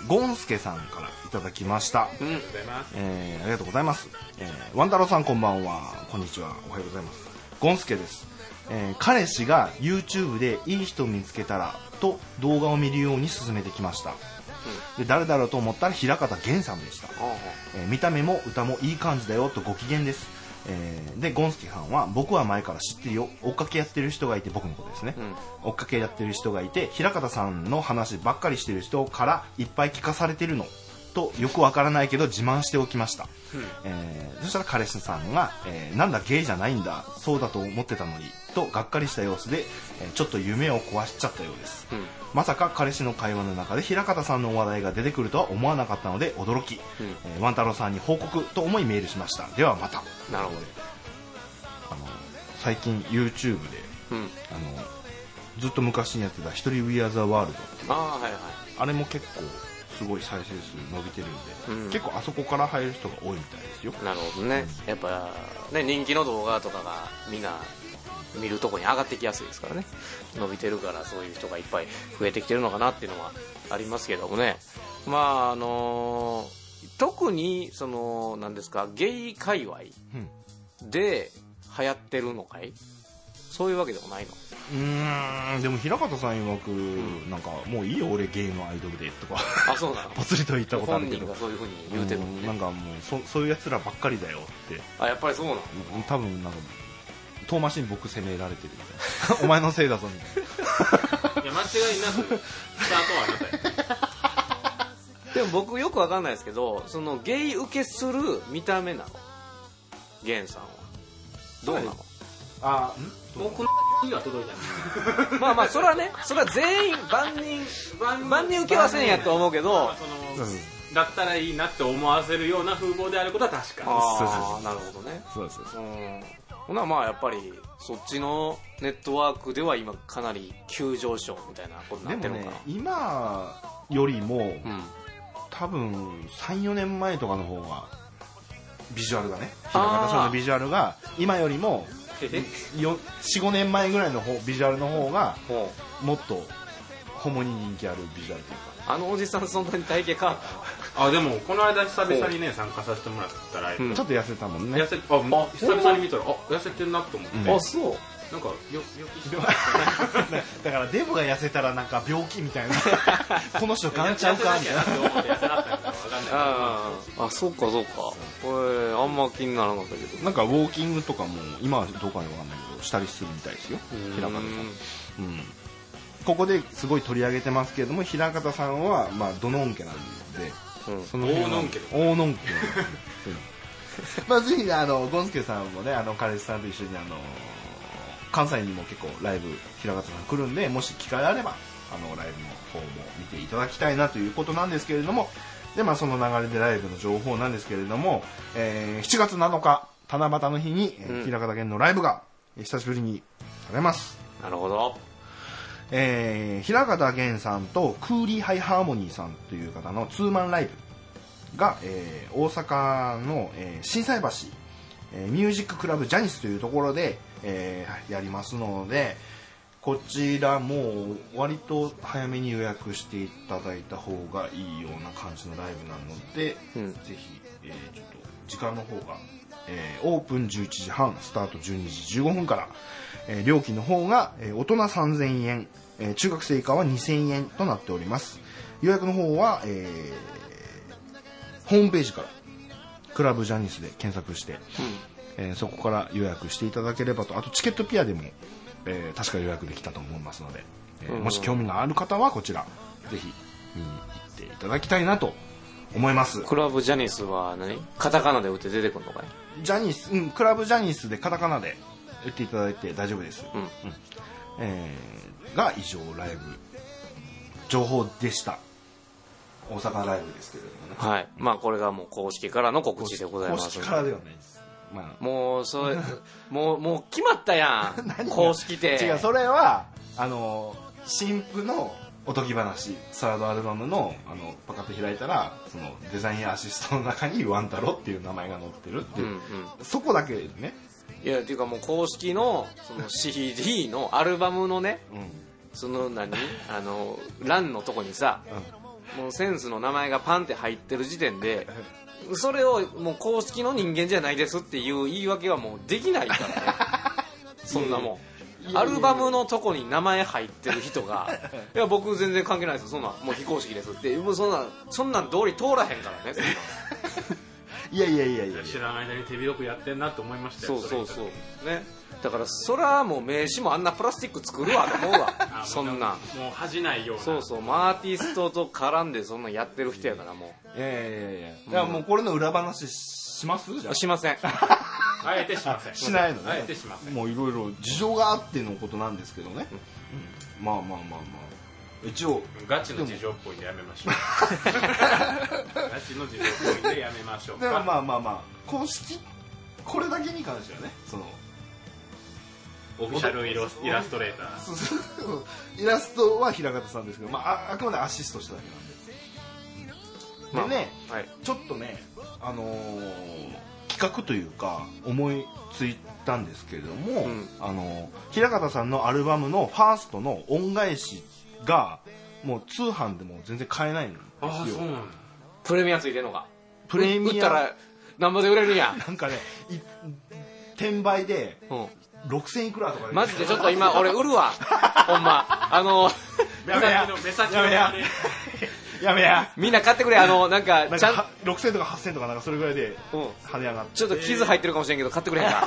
[SPEAKER 3] ゴンスケさんからいただきました、
[SPEAKER 5] うん
[SPEAKER 4] ありがとうございます
[SPEAKER 3] えーありがとうございます、えーワンタロウさんこんばんはこんにちはおはようございますゴンスケです、えー彼氏が YouTube でいい人見つけたらと動画を見るように勧めてきました、で誰だろうと思ったら平方玄さんでした、えー見た目も歌もいい感じだよとご機嫌です、えーでゴンスケさんは僕は前から知ってるよ追っかけやってる人がいて僕のことですね、追っかけやってる人がいて平方さんの話ばっかりしてる人からいっぱい聞かされてるのとよくわからないけど自慢しておきました、えーそしたら彼氏さんが、えーなんだゲイじゃないんだそうだと思ってたのにとがっかりした様子で、えーちょっと夢を壊しちゃったようです、まさか彼氏の会話の中で平方さんの話題が出てくるとは思わなかったので驚き、えーワン太郎さんに報告と思いメールしましたではまた
[SPEAKER 5] なるほど
[SPEAKER 3] あの最近 YouTube で
[SPEAKER 5] うん
[SPEAKER 3] あのずっと昔にやってた「一人 We Are the World」
[SPEAKER 5] ああはいはい
[SPEAKER 3] あれも結構すごい再生数伸びてるんで、
[SPEAKER 5] うん
[SPEAKER 3] 結構あそこから入る人が多いみたいですよ
[SPEAKER 5] なるほどねやっぱね人気の動画とかがみんな見るとこに上がってきやすいですからね伸びてるからそういう人がいっぱい増えてきてるのかなっていうのはありますけどもねまああの特にその何ですかゲイ界隈
[SPEAKER 3] うん
[SPEAKER 5] で流行ってるのかいそういうわけでもないの
[SPEAKER 3] うーんでも平方さん曰く、なんかもういいよ俺ゲイのアイドルでとか
[SPEAKER 5] あそうなの
[SPEAKER 3] ぽつりと言ったことあ
[SPEAKER 5] 本
[SPEAKER 3] るけ
[SPEAKER 5] 人
[SPEAKER 3] ど
[SPEAKER 5] がそういうふうに言うてるの
[SPEAKER 3] うん
[SPEAKER 5] に
[SPEAKER 3] なん
[SPEAKER 5] ね
[SPEAKER 3] かもうそそういうやつらばっかりだよって
[SPEAKER 5] あやっぱりそうなの
[SPEAKER 3] うん多分なんか遠回しに僕責められてるみたいなお前のせいだぞみたいない
[SPEAKER 4] や間違いなくスタートはあなたや
[SPEAKER 5] でも僕よくわかんないですけどそのゲイ受けする見た目なのゲンさんはどうなの、
[SPEAKER 3] あ
[SPEAKER 4] 僕のには届いたん
[SPEAKER 5] まあまあそれはねそれは全員万人
[SPEAKER 4] 万
[SPEAKER 5] 万人受けはせんやと思うけど
[SPEAKER 4] そ
[SPEAKER 3] うん
[SPEAKER 4] のだったらいいなって思わせるような風貌であることは確
[SPEAKER 3] そうそ
[SPEAKER 4] か
[SPEAKER 3] うそ
[SPEAKER 5] あ
[SPEAKER 3] う
[SPEAKER 5] あなるほどね
[SPEAKER 3] そうですそうです
[SPEAKER 5] うんほなまあやっぱりそっちのネットワークでは今かなり急上昇みたいなことにな
[SPEAKER 3] で
[SPEAKER 5] って
[SPEAKER 3] も
[SPEAKER 5] るの
[SPEAKER 3] ね
[SPEAKER 5] かな、
[SPEAKER 3] 今よりも、
[SPEAKER 5] うん
[SPEAKER 3] 多分34年前とかの方がビジュアルがね平方さんのビジュアルが今よりも45年前ぐらいの方ビジュアルの方が
[SPEAKER 5] ほ
[SPEAKER 3] もっと
[SPEAKER 6] ほんまに人気あるビジュアルっていうか
[SPEAKER 5] あのおじさんそんなに体型変わった
[SPEAKER 4] あでもこの間久々にね参加させてもらったら、
[SPEAKER 5] ん
[SPEAKER 3] ちょっと痩せたもんね
[SPEAKER 4] 痩せあ久々に見たらあ痩せてんなと思って、
[SPEAKER 3] ん
[SPEAKER 4] あ
[SPEAKER 5] そう
[SPEAKER 4] なんかよよきしてま
[SPEAKER 3] だからデブが痩せたらなんか病気みたい なこの人ガンちゃうかみたいな
[SPEAKER 4] って思って痩せなったんか分かんない
[SPEAKER 5] ああそうかそうかえあんま気にならなかったけ ど
[SPEAKER 3] なんかウォーキングとかも今はどうかわかんないけどしたりするみたいですよ平方さん、うん、ここですごい取り上げてますけれども平方さんはまあドノン家なんで、
[SPEAKER 5] うん
[SPEAKER 3] その辺は
[SPEAKER 4] 大のんけです
[SPEAKER 3] 大のんけうん まあぜひあのゴンスケさんもねあの彼氏さんと一緒にあの関西にも結構ライブ平方さん来るんでもし機会あればあのライブの方も見ていただきたいなということなんですけれどもでまあその流れでライブの情報なんですけれども、えー7月7日七夕の日に、えー
[SPEAKER 5] うん
[SPEAKER 3] 平方県のライブがえー久しぶりにされます
[SPEAKER 5] なるほど
[SPEAKER 3] えー、平方玄さんとクーリーハイハーモニーさんという方のツーマンライブが、えー大阪の、えー、震災橋、えーミュージッククラブジャニスというところで、えーやりますのでこちらも割と早めに予約していただいた方がいいような感じのライブなので、
[SPEAKER 5] うん
[SPEAKER 3] ぜひ、えーちょっと時間の方が、えーオープン11時半スタート12時15分から、えー料金の方が、えー大人3000円、えー中学生以下は2000円となっております予約の方は、えーホームページからクラブジャニスで検索して、えーそこから予約していただければとあとチケットピアでも、えー確か予約できたと思いますので、えーもし興味がある方はこちらぜひ見に行っていただきたいなと思います
[SPEAKER 5] クラブジャニスは何カタカナで打って出てくるのかい
[SPEAKER 3] ジャニス、うん、クラブジャニスでカタカナで打っていただいて大丈夫です、
[SPEAKER 5] うん
[SPEAKER 3] えーが以上ライブ情報でした大阪ライブですけれどもね
[SPEAKER 5] はいまあこれがもう公式からの告知でございます
[SPEAKER 3] 公式からではないです、まあ、
[SPEAKER 5] もうそれもうもう決まったや ん公式で
[SPEAKER 3] 違うそれはあの新婦のおとぎ話サードアルバムのあのパカッと開いたらそのデザインアシストの中にワンタロっていう名前が載ってるって
[SPEAKER 5] う
[SPEAKER 3] い
[SPEAKER 5] ん
[SPEAKER 3] う、
[SPEAKER 5] うん
[SPEAKER 3] そこだけね、
[SPEAKER 5] いやっていうかもう公式のその CD のアルバムのねその何あの欄のとこにさもうセンスの名前がパンって入ってる時点でそれをもう公式の人間じゃないですっていう言い訳はもうできないからねそんなもんアルバムのとこに名前入ってる人が「いや僕全然関係ないですそんなんもう非公式です」ってもうそんなんそんなん通り通らへんからねそんなん
[SPEAKER 3] いやいやいやいやいや
[SPEAKER 4] 知らない間に手広くやってんなと思いました
[SPEAKER 5] そ
[SPEAKER 4] よ
[SPEAKER 5] うそうそう
[SPEAKER 4] れ
[SPEAKER 5] ねだからそらもう名刺もあんなプラスチック作るわと思うわ
[SPEAKER 4] あ
[SPEAKER 5] そんなん
[SPEAKER 4] もう恥じないような
[SPEAKER 5] そうそうまあアーティストと絡んでそんなんやってる人やからも
[SPEAKER 3] いやいやいやいや、じゃあもうこれの裏話します じゃ
[SPEAKER 5] うしません
[SPEAKER 4] あえてしません
[SPEAKER 3] あしないのね
[SPEAKER 4] あえてしません
[SPEAKER 3] もういろいろ事情があってのことなんですけどね、うんまあまあまあまあ一応
[SPEAKER 4] ガチの事情っぽいんでやめま しょうガチの事情っぽいんでやめましょう
[SPEAKER 3] で
[SPEAKER 4] か
[SPEAKER 3] もまあまあまあ公式これだけに関してはねその
[SPEAKER 4] オフィシャルイラスイラストレーター
[SPEAKER 3] そうそうそうイラストは平方さんですけど、まあ、ああくまでアシストしただけなんで
[SPEAKER 5] まあ
[SPEAKER 3] でね
[SPEAKER 5] はい
[SPEAKER 3] ちょっとね、あのー企画というか思いついたんですけれども、
[SPEAKER 5] ん
[SPEAKER 3] あのー平方さんのアルバムのファーストの恩返しがもう通販でも全然買えないん
[SPEAKER 4] ああ
[SPEAKER 3] で
[SPEAKER 4] そ
[SPEAKER 3] す
[SPEAKER 4] う
[SPEAKER 3] よ
[SPEAKER 4] なんだ
[SPEAKER 5] プレミアついてんのか
[SPEAKER 3] プレ
[SPEAKER 5] 打っ
[SPEAKER 3] ミ
[SPEAKER 5] た
[SPEAKER 3] ア
[SPEAKER 5] らなんぼで売れるんや、
[SPEAKER 3] なんかねい転売で
[SPEAKER 5] うん、
[SPEAKER 3] 6000いくらとかで
[SPEAKER 5] マジでちょっと今俺売る わほんまあの
[SPEAKER 4] 目先の目先のあれ
[SPEAKER 3] やめや
[SPEAKER 5] みんな買ってくれあのなんか
[SPEAKER 3] なん
[SPEAKER 5] ちゃ
[SPEAKER 3] か
[SPEAKER 5] ん
[SPEAKER 3] は6000とか8000とかなんかそれぐらいで
[SPEAKER 5] うん
[SPEAKER 3] 跳ね上がって
[SPEAKER 5] ちょっと傷入ってるかもしれんけど買ってくれへんか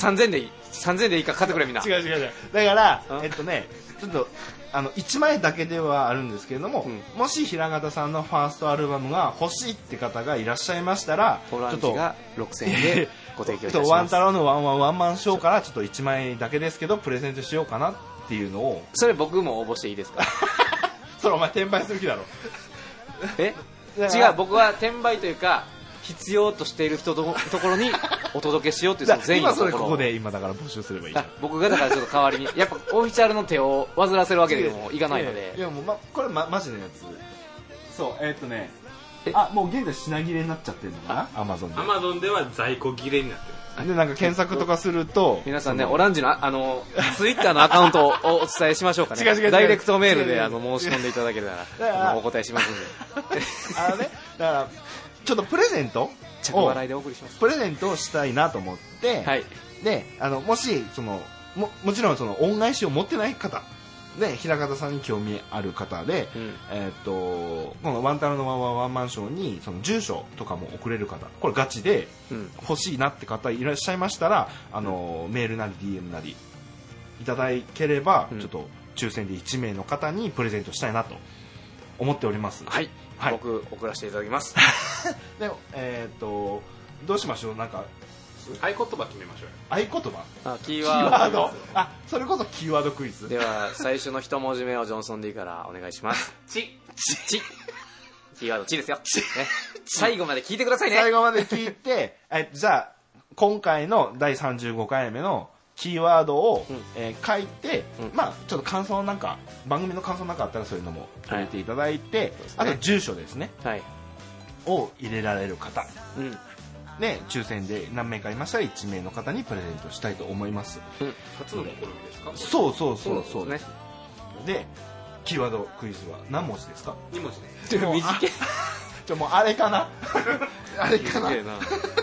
[SPEAKER 5] 3000でいい3000でいいから買ってくれみんな
[SPEAKER 3] 違う違う違うだから
[SPEAKER 5] うん
[SPEAKER 3] えっとねちょっとあの1枚だけではあるんですけれども、
[SPEAKER 5] うん
[SPEAKER 3] もし平方さんのファーストアルバムが欲しいって方がいらっしゃいましたらち
[SPEAKER 5] ホラ
[SPEAKER 3] ょ
[SPEAKER 5] ン
[SPEAKER 3] っ
[SPEAKER 5] ジ
[SPEAKER 3] と
[SPEAKER 5] が6000円でご提
[SPEAKER 3] ちょ
[SPEAKER 5] 供い
[SPEAKER 3] ったと
[SPEAKER 5] し
[SPEAKER 3] ワ
[SPEAKER 5] ま
[SPEAKER 3] ン
[SPEAKER 5] す
[SPEAKER 3] タロウのワンワンワンマンショーからちょっと1枚だけですけどプレゼントしようかなっていうのを
[SPEAKER 5] それ僕も応募していいですか
[SPEAKER 3] それお前転売する気だろ
[SPEAKER 5] え
[SPEAKER 3] だ
[SPEAKER 5] 違
[SPEAKER 3] から
[SPEAKER 5] う僕は転売というか必要としている人のところにお届けしようというその善意の
[SPEAKER 3] 今
[SPEAKER 5] とこ
[SPEAKER 3] そ
[SPEAKER 5] ろ
[SPEAKER 3] れここで今だから募集すればいいじゃ
[SPEAKER 5] あ
[SPEAKER 3] ん
[SPEAKER 5] 僕がだからちょっと代わりにやっぱオフィシャルの手を煩わせるわけにもいかないの
[SPEAKER 3] や
[SPEAKER 5] で
[SPEAKER 3] ややもう、ま、これ、ま、マジのやつそうえーっとねあもう現在品切れになっちゃってるのかなアマゾンで
[SPEAKER 4] アマゾンでは在庫切れになってる
[SPEAKER 3] でなんか検索とかすると
[SPEAKER 5] 皆さんね、オランジの、ああの、ツイッターのアカウントをおお伝えしましょうかね。
[SPEAKER 2] 違う違う違う
[SPEAKER 5] ダイレクトメール
[SPEAKER 2] 違う違
[SPEAKER 5] で、
[SPEAKER 2] う
[SPEAKER 5] あの、申し込んでいただけた
[SPEAKER 3] から
[SPEAKER 5] ら、あのお答えしますんで。
[SPEAKER 3] あのねだからちょっとプレゼント
[SPEAKER 5] 着
[SPEAKER 3] を
[SPEAKER 5] 笑いでお送りします。
[SPEAKER 3] プレゼントをしたいなと思って、
[SPEAKER 5] はい。
[SPEAKER 3] であのもしそのももちろんその恩返しを持ってない方で平方さんに興味ある方で、
[SPEAKER 5] うん
[SPEAKER 3] えーっとこの「ワンタロのワンワンワンマンション」にその住所とかも送れる方これガチで
[SPEAKER 5] うん。
[SPEAKER 3] 欲しいなって方いらっしゃいましたらあの、メールなり DM なりいただければ、
[SPEAKER 5] うん
[SPEAKER 3] ちょっと抽選で1名の方にプレゼントしたいなと思っております
[SPEAKER 5] はい。
[SPEAKER 3] はい
[SPEAKER 5] 僕、送らせていただきます。
[SPEAKER 3] でえーっとどうしましょうなんか
[SPEAKER 4] 合言葉決めましょうよ
[SPEAKER 3] 合言葉
[SPEAKER 5] あキ
[SPEAKER 3] キ
[SPEAKER 5] ーワード。
[SPEAKER 3] あそれこそキーワードクイズ
[SPEAKER 5] では、最初の一文字目をジョンソン D からお願いします。
[SPEAKER 4] ち
[SPEAKER 5] ち。キーワード、ちですよ。ね。最後まで聞いてくださいね。
[SPEAKER 3] 最後まで聞いてえじゃあ今回の第35回目のキーワードを、
[SPEAKER 5] うん
[SPEAKER 3] えー書いて、
[SPEAKER 5] うん
[SPEAKER 3] まあちょっと感想なんか番組の感想なんかあったらそういうのも入れていただいて、
[SPEAKER 5] す
[SPEAKER 3] あ
[SPEAKER 5] ね
[SPEAKER 3] と住所ですね
[SPEAKER 5] はい。
[SPEAKER 3] を入れられる方
[SPEAKER 5] うん。
[SPEAKER 3] で抽選で何名かいましたら1名の方にプレゼントしたいと思います
[SPEAKER 4] 初の試みですか
[SPEAKER 3] そうそうそうそう
[SPEAKER 5] ね。
[SPEAKER 3] でキーワードクイズは何文字ですか
[SPEAKER 4] 2文字ね
[SPEAKER 3] 短いじゃもうあれかなあれかな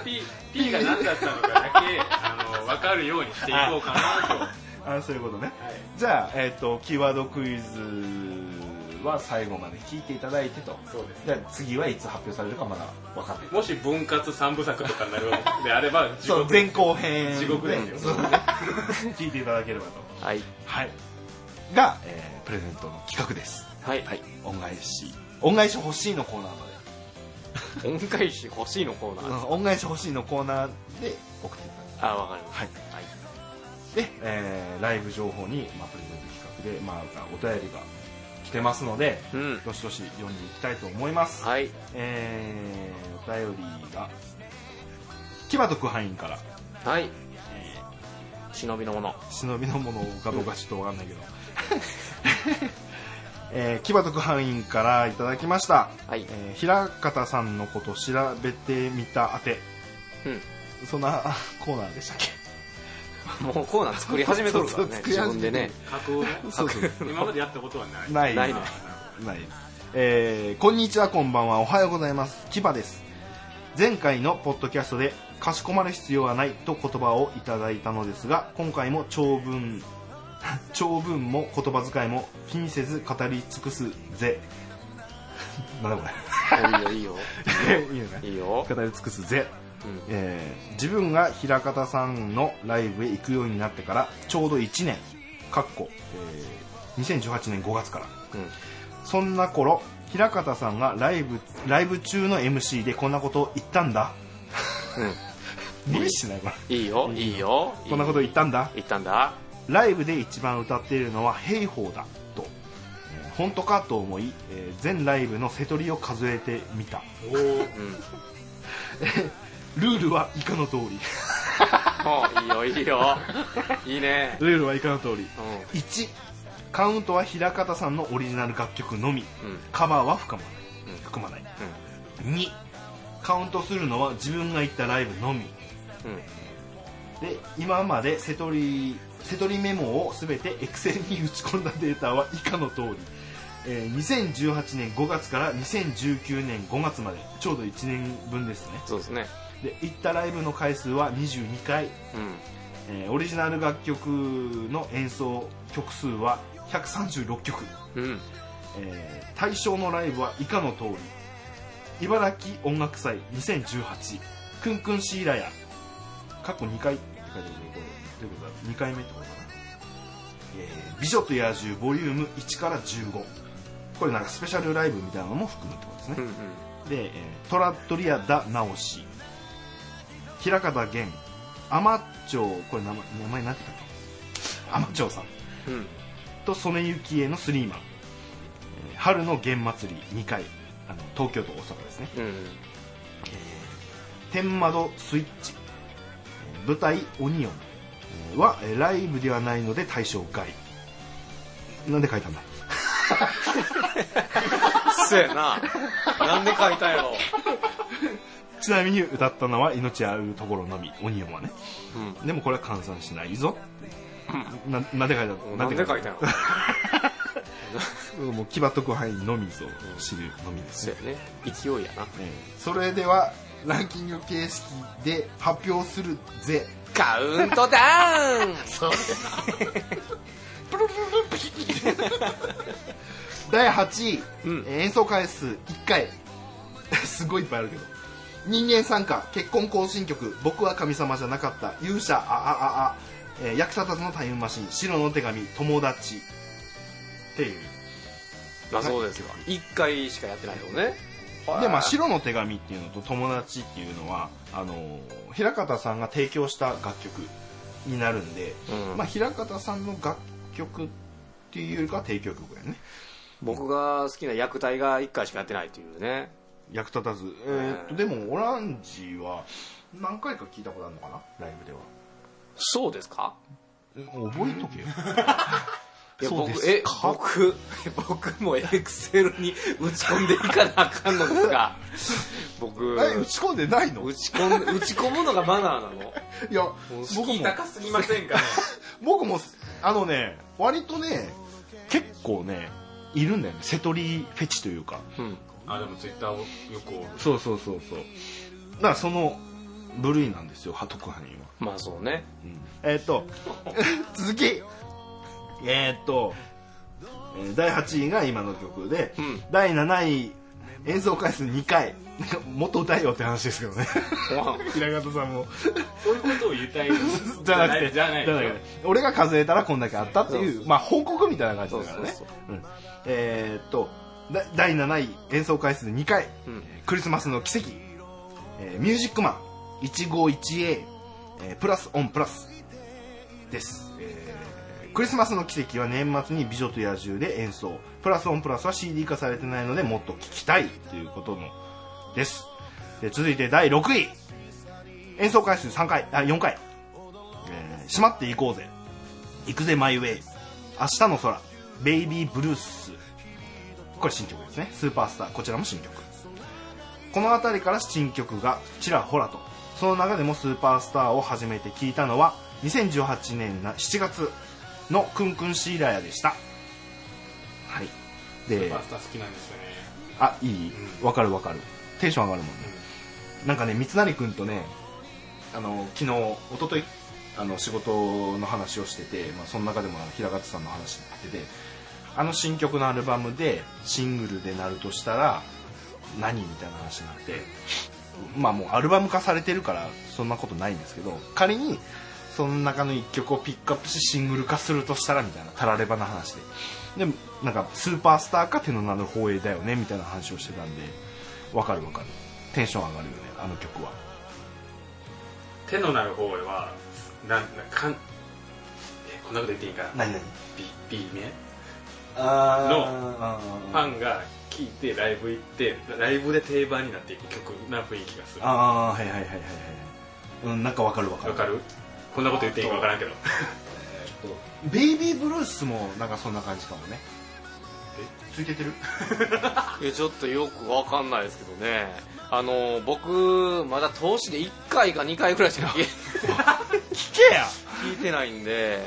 [SPEAKER 4] P, P が何だったのかだけあの分かるようにしていこうかな
[SPEAKER 3] あそういうことね、じゃあ、えっとキーワードクイズは最後まで聞いていただいてと
[SPEAKER 4] そうです
[SPEAKER 3] じゃあ次はいつ発表されるかまだ分かんない
[SPEAKER 4] ともし分割三部作とかになるのであれば地
[SPEAKER 3] そう
[SPEAKER 4] 獄
[SPEAKER 3] 前後編
[SPEAKER 4] 地獄ですよ
[SPEAKER 3] そうね 聞いていただければと
[SPEAKER 5] はい。
[SPEAKER 3] はいが、えープレゼントの企画です
[SPEAKER 5] はい。
[SPEAKER 3] はい恩返し恩返し欲しいのコーナーまで
[SPEAKER 5] 恩返し欲しいのコーナ
[SPEAKER 3] う
[SPEAKER 5] ー。
[SPEAKER 3] ん恩返し欲しいのコーナーで送っていただ
[SPEAKER 5] あ、わかりま
[SPEAKER 3] はい
[SPEAKER 5] はい。
[SPEAKER 3] で、えーライブ情報に、まあ、プレゼント企画で、まあ、お便りが来てますので
[SPEAKER 5] うん。
[SPEAKER 3] どしどし読んでいきたいと思います、
[SPEAKER 5] はい。
[SPEAKER 3] えー、お便りが木場特派員から
[SPEAKER 5] はい。忍びのもの。
[SPEAKER 3] 忍びのものかどうかちょっとわかんないけど、えー、木場特派員からいただきました、
[SPEAKER 5] はい。
[SPEAKER 3] えー、平方さんのこと調べてみたあて、そんなあコーナーでしたっけ
[SPEAKER 5] もうコーナー作り始めとるからね、
[SPEAKER 3] そうそう作り
[SPEAKER 5] 自
[SPEAKER 3] 始
[SPEAKER 5] 分
[SPEAKER 3] めてる
[SPEAKER 5] でね。
[SPEAKER 4] 架空ね
[SPEAKER 3] そうそう
[SPEAKER 4] 今までやったことはない
[SPEAKER 3] ない
[SPEAKER 5] ないね
[SPEAKER 3] ないですえーこんにちはこんばんはおはようございます千葉です前回のポッドキャストでかしこまる必要はないと言葉をいただいたのですが今回も長文 長文も言葉遣いも気にせず語り尽くすぜなんだこ
[SPEAKER 5] いいよ、
[SPEAKER 3] れいいよね
[SPEAKER 5] いいよ。いいよ。
[SPEAKER 3] 語り尽くすぜ、
[SPEAKER 5] うん
[SPEAKER 3] えー自分が平方さんのライブへ行くようになってからちょうど1年かっこ、えー2018年5月から、
[SPEAKER 5] うん
[SPEAKER 3] そんな頃平方さんがライブライブ中の MC でこんなことを言ったんだ無理しないこれ
[SPEAKER 5] いいよ、いいよ。
[SPEAKER 3] こんなこと言ったんだ
[SPEAKER 5] 言ったんだ。
[SPEAKER 3] ライブで一番歌っているのは「兵法だ」と、えー本当かと思い、えー全ライブの瀬取りを数えてみた
[SPEAKER 5] うん。
[SPEAKER 3] ルールは以下の通り
[SPEAKER 5] おいいよ、いいよ。いいね。
[SPEAKER 3] ルールは以下の通り
[SPEAKER 5] う
[SPEAKER 3] 1カウントは平方さんのオリジナル楽曲のみ
[SPEAKER 5] ん。うん。
[SPEAKER 3] カバーは含まない、
[SPEAKER 5] うん
[SPEAKER 3] 含まない、2カウントするのは自分が行ったライブのみ
[SPEAKER 5] うん。
[SPEAKER 3] で今まで瀬取り瀬取りメモを全て Excel に打ち込んだデータは以下の通り、えー2018年5月から2019年5月までちょうど1年分ですね
[SPEAKER 5] そうですね。
[SPEAKER 3] で行ったライブの回数は22回
[SPEAKER 5] うん。
[SPEAKER 3] えーオリジナル楽曲の演奏曲数は136曲、
[SPEAKER 5] うん。
[SPEAKER 3] えー対象のライブは以下の通り茨城音楽祭2018くんくんシーラヤ過去2回って書いてあるけどこれどういうことだ2回目ってことかな、えー美女と野獣ボリューム1から15これなんかスペシャルライブみたいなのも含むってことですね
[SPEAKER 5] うん。うん。
[SPEAKER 3] で、えートラットリア・ダ・ナオシ平方源アマッチョこれ名前名前なんて言ったっけアマッチョさん
[SPEAKER 5] うん。
[SPEAKER 3] とソメユキエのスリーマン、えー春の弦祭り2回あの東京と大阪ですね
[SPEAKER 5] うん。
[SPEAKER 3] 天窓スイッチえー舞台オニオンえーはえーライブではないので対象外なんで書いたんだ
[SPEAKER 5] そうやななんで書いたんやろ
[SPEAKER 3] ちなみに歌ったのは命あるところのみ鬼山ね、でもこれは換算しないぞ、ななんで書いたの
[SPEAKER 5] なんで書いたんやろ
[SPEAKER 3] うんもう騎馬特派員のみぞ知るのみです
[SPEAKER 5] そう
[SPEAKER 3] ね
[SPEAKER 5] やね勢いやな
[SPEAKER 7] それではランキング形式で発表するぜ
[SPEAKER 5] カウントダウン
[SPEAKER 7] 第8位、
[SPEAKER 5] うん
[SPEAKER 7] えー演奏回数1回 すごいいっぱいあるけど人間参加結婚行進曲僕は神様じゃなかった勇者ああああ、えー役立たずのタイムマシン白の手紙友達っていう
[SPEAKER 5] だそうですよ一回しかやってないよね
[SPEAKER 3] でまあ「白の手紙」っていうのと「友達」っていうのはあのー平方さんが提供した楽曲になるんで、
[SPEAKER 5] うん
[SPEAKER 3] まあ、平方さんの楽曲っていうよりかは提供曲やね
[SPEAKER 5] 僕が好きな役体が一回しかやってないというね
[SPEAKER 3] 役立たず、えーっとでもオランジは何回か聞いたことあるのかなライブでは
[SPEAKER 5] そうですか
[SPEAKER 3] 覚えとけよ
[SPEAKER 5] いや
[SPEAKER 3] そう
[SPEAKER 5] 僕
[SPEAKER 3] です
[SPEAKER 5] え僕僕もエクセルに打ち込んでいかなあかんのですか僕
[SPEAKER 7] え打ち込んでないの
[SPEAKER 5] 打ち込ん打ち込むのがマナーなの
[SPEAKER 7] いや僕
[SPEAKER 5] 敷居
[SPEAKER 7] も
[SPEAKER 5] 高すぎませんか
[SPEAKER 7] 僕もあのね割とね
[SPEAKER 3] 結構ねいるんだよね瀬戸りフェチというか
[SPEAKER 5] うん
[SPEAKER 4] あでもツイッターをよく追う
[SPEAKER 3] そうそうそうそうだからその部類なんですよ鳩特派人は
[SPEAKER 5] まあそうね
[SPEAKER 3] えーっと 続きえーっとえー第8位が今の曲で、
[SPEAKER 5] ん
[SPEAKER 3] 第7位演奏回数2回元歌えよって話ですけどね 平方さんも
[SPEAKER 4] そういうことを言いた い
[SPEAKER 3] じゃなくて
[SPEAKER 4] じゃない
[SPEAKER 3] じゃなくて俺が数えたらこんだけあったっていうまあ報告みたいな感じ
[SPEAKER 5] そう
[SPEAKER 3] だから
[SPEAKER 5] そう
[SPEAKER 3] ね
[SPEAKER 5] そう
[SPEAKER 3] うんえーっとだ第7位演奏回数2回、
[SPEAKER 5] うん
[SPEAKER 3] えークリスマスの奇跡、えーミュージックマン 151A、えープラスオンプラスです、えークリスマスの奇跡は年末に「美女と野獣」で演奏プラスオンプラスは CD 化されてないのでもっと聴きたいということのですで続いて第6位演奏回数3回あ4回、えー、閉まっていこうぜ行くぜマイウェイ明日の空ベイビーブルースこれ新曲ですねスーパースターこちらも新曲この辺りから新曲がちらほらとその中でもスーパースターを初めて聴いたのは2018年な7月のクンクンシーラヤでしたはいで
[SPEAKER 4] パスタ好きなんですよね
[SPEAKER 3] あいいわかるわかるテンション上がるもんね、なんかね三成君とねあの昨日一昨日あの仕事の話をしてて、まあ、その中でもあの平方さんの話になっててあの新曲のアルバムでシングルでなるとしたら何みたいな話になってまあもうアルバム化されてるからそんなことないんですけど仮にその中の1曲をピックアップしシングル化するとしたらみたいなたらればな話ででなんかスーパースターか手の名の放映だよねみたいな話をしてたんでわかるわかるテンション上がるよねあの曲は
[SPEAKER 4] 手のなる方へはなんなんかんえこんなこと言っていいかな
[SPEAKER 3] 何何
[SPEAKER 4] B, B 面
[SPEAKER 3] あ
[SPEAKER 4] フ
[SPEAKER 3] ー
[SPEAKER 4] ァンが聴いてライブ行ってライブで定番になっていく曲な雰囲気がするわ
[SPEAKER 3] あーはいはいはいはいはいうんなんかわかるわかる
[SPEAKER 4] かるこんなこと言っていいかわからんけ ど
[SPEAKER 3] ベイビーブルースもなんかそんな感じかもねついててる
[SPEAKER 5] いやちょっとよくわかんないですけどねあの僕まだ投資で1回か2回ぐらい しか聞け
[SPEAKER 3] 聞けや
[SPEAKER 5] 聞いてないんで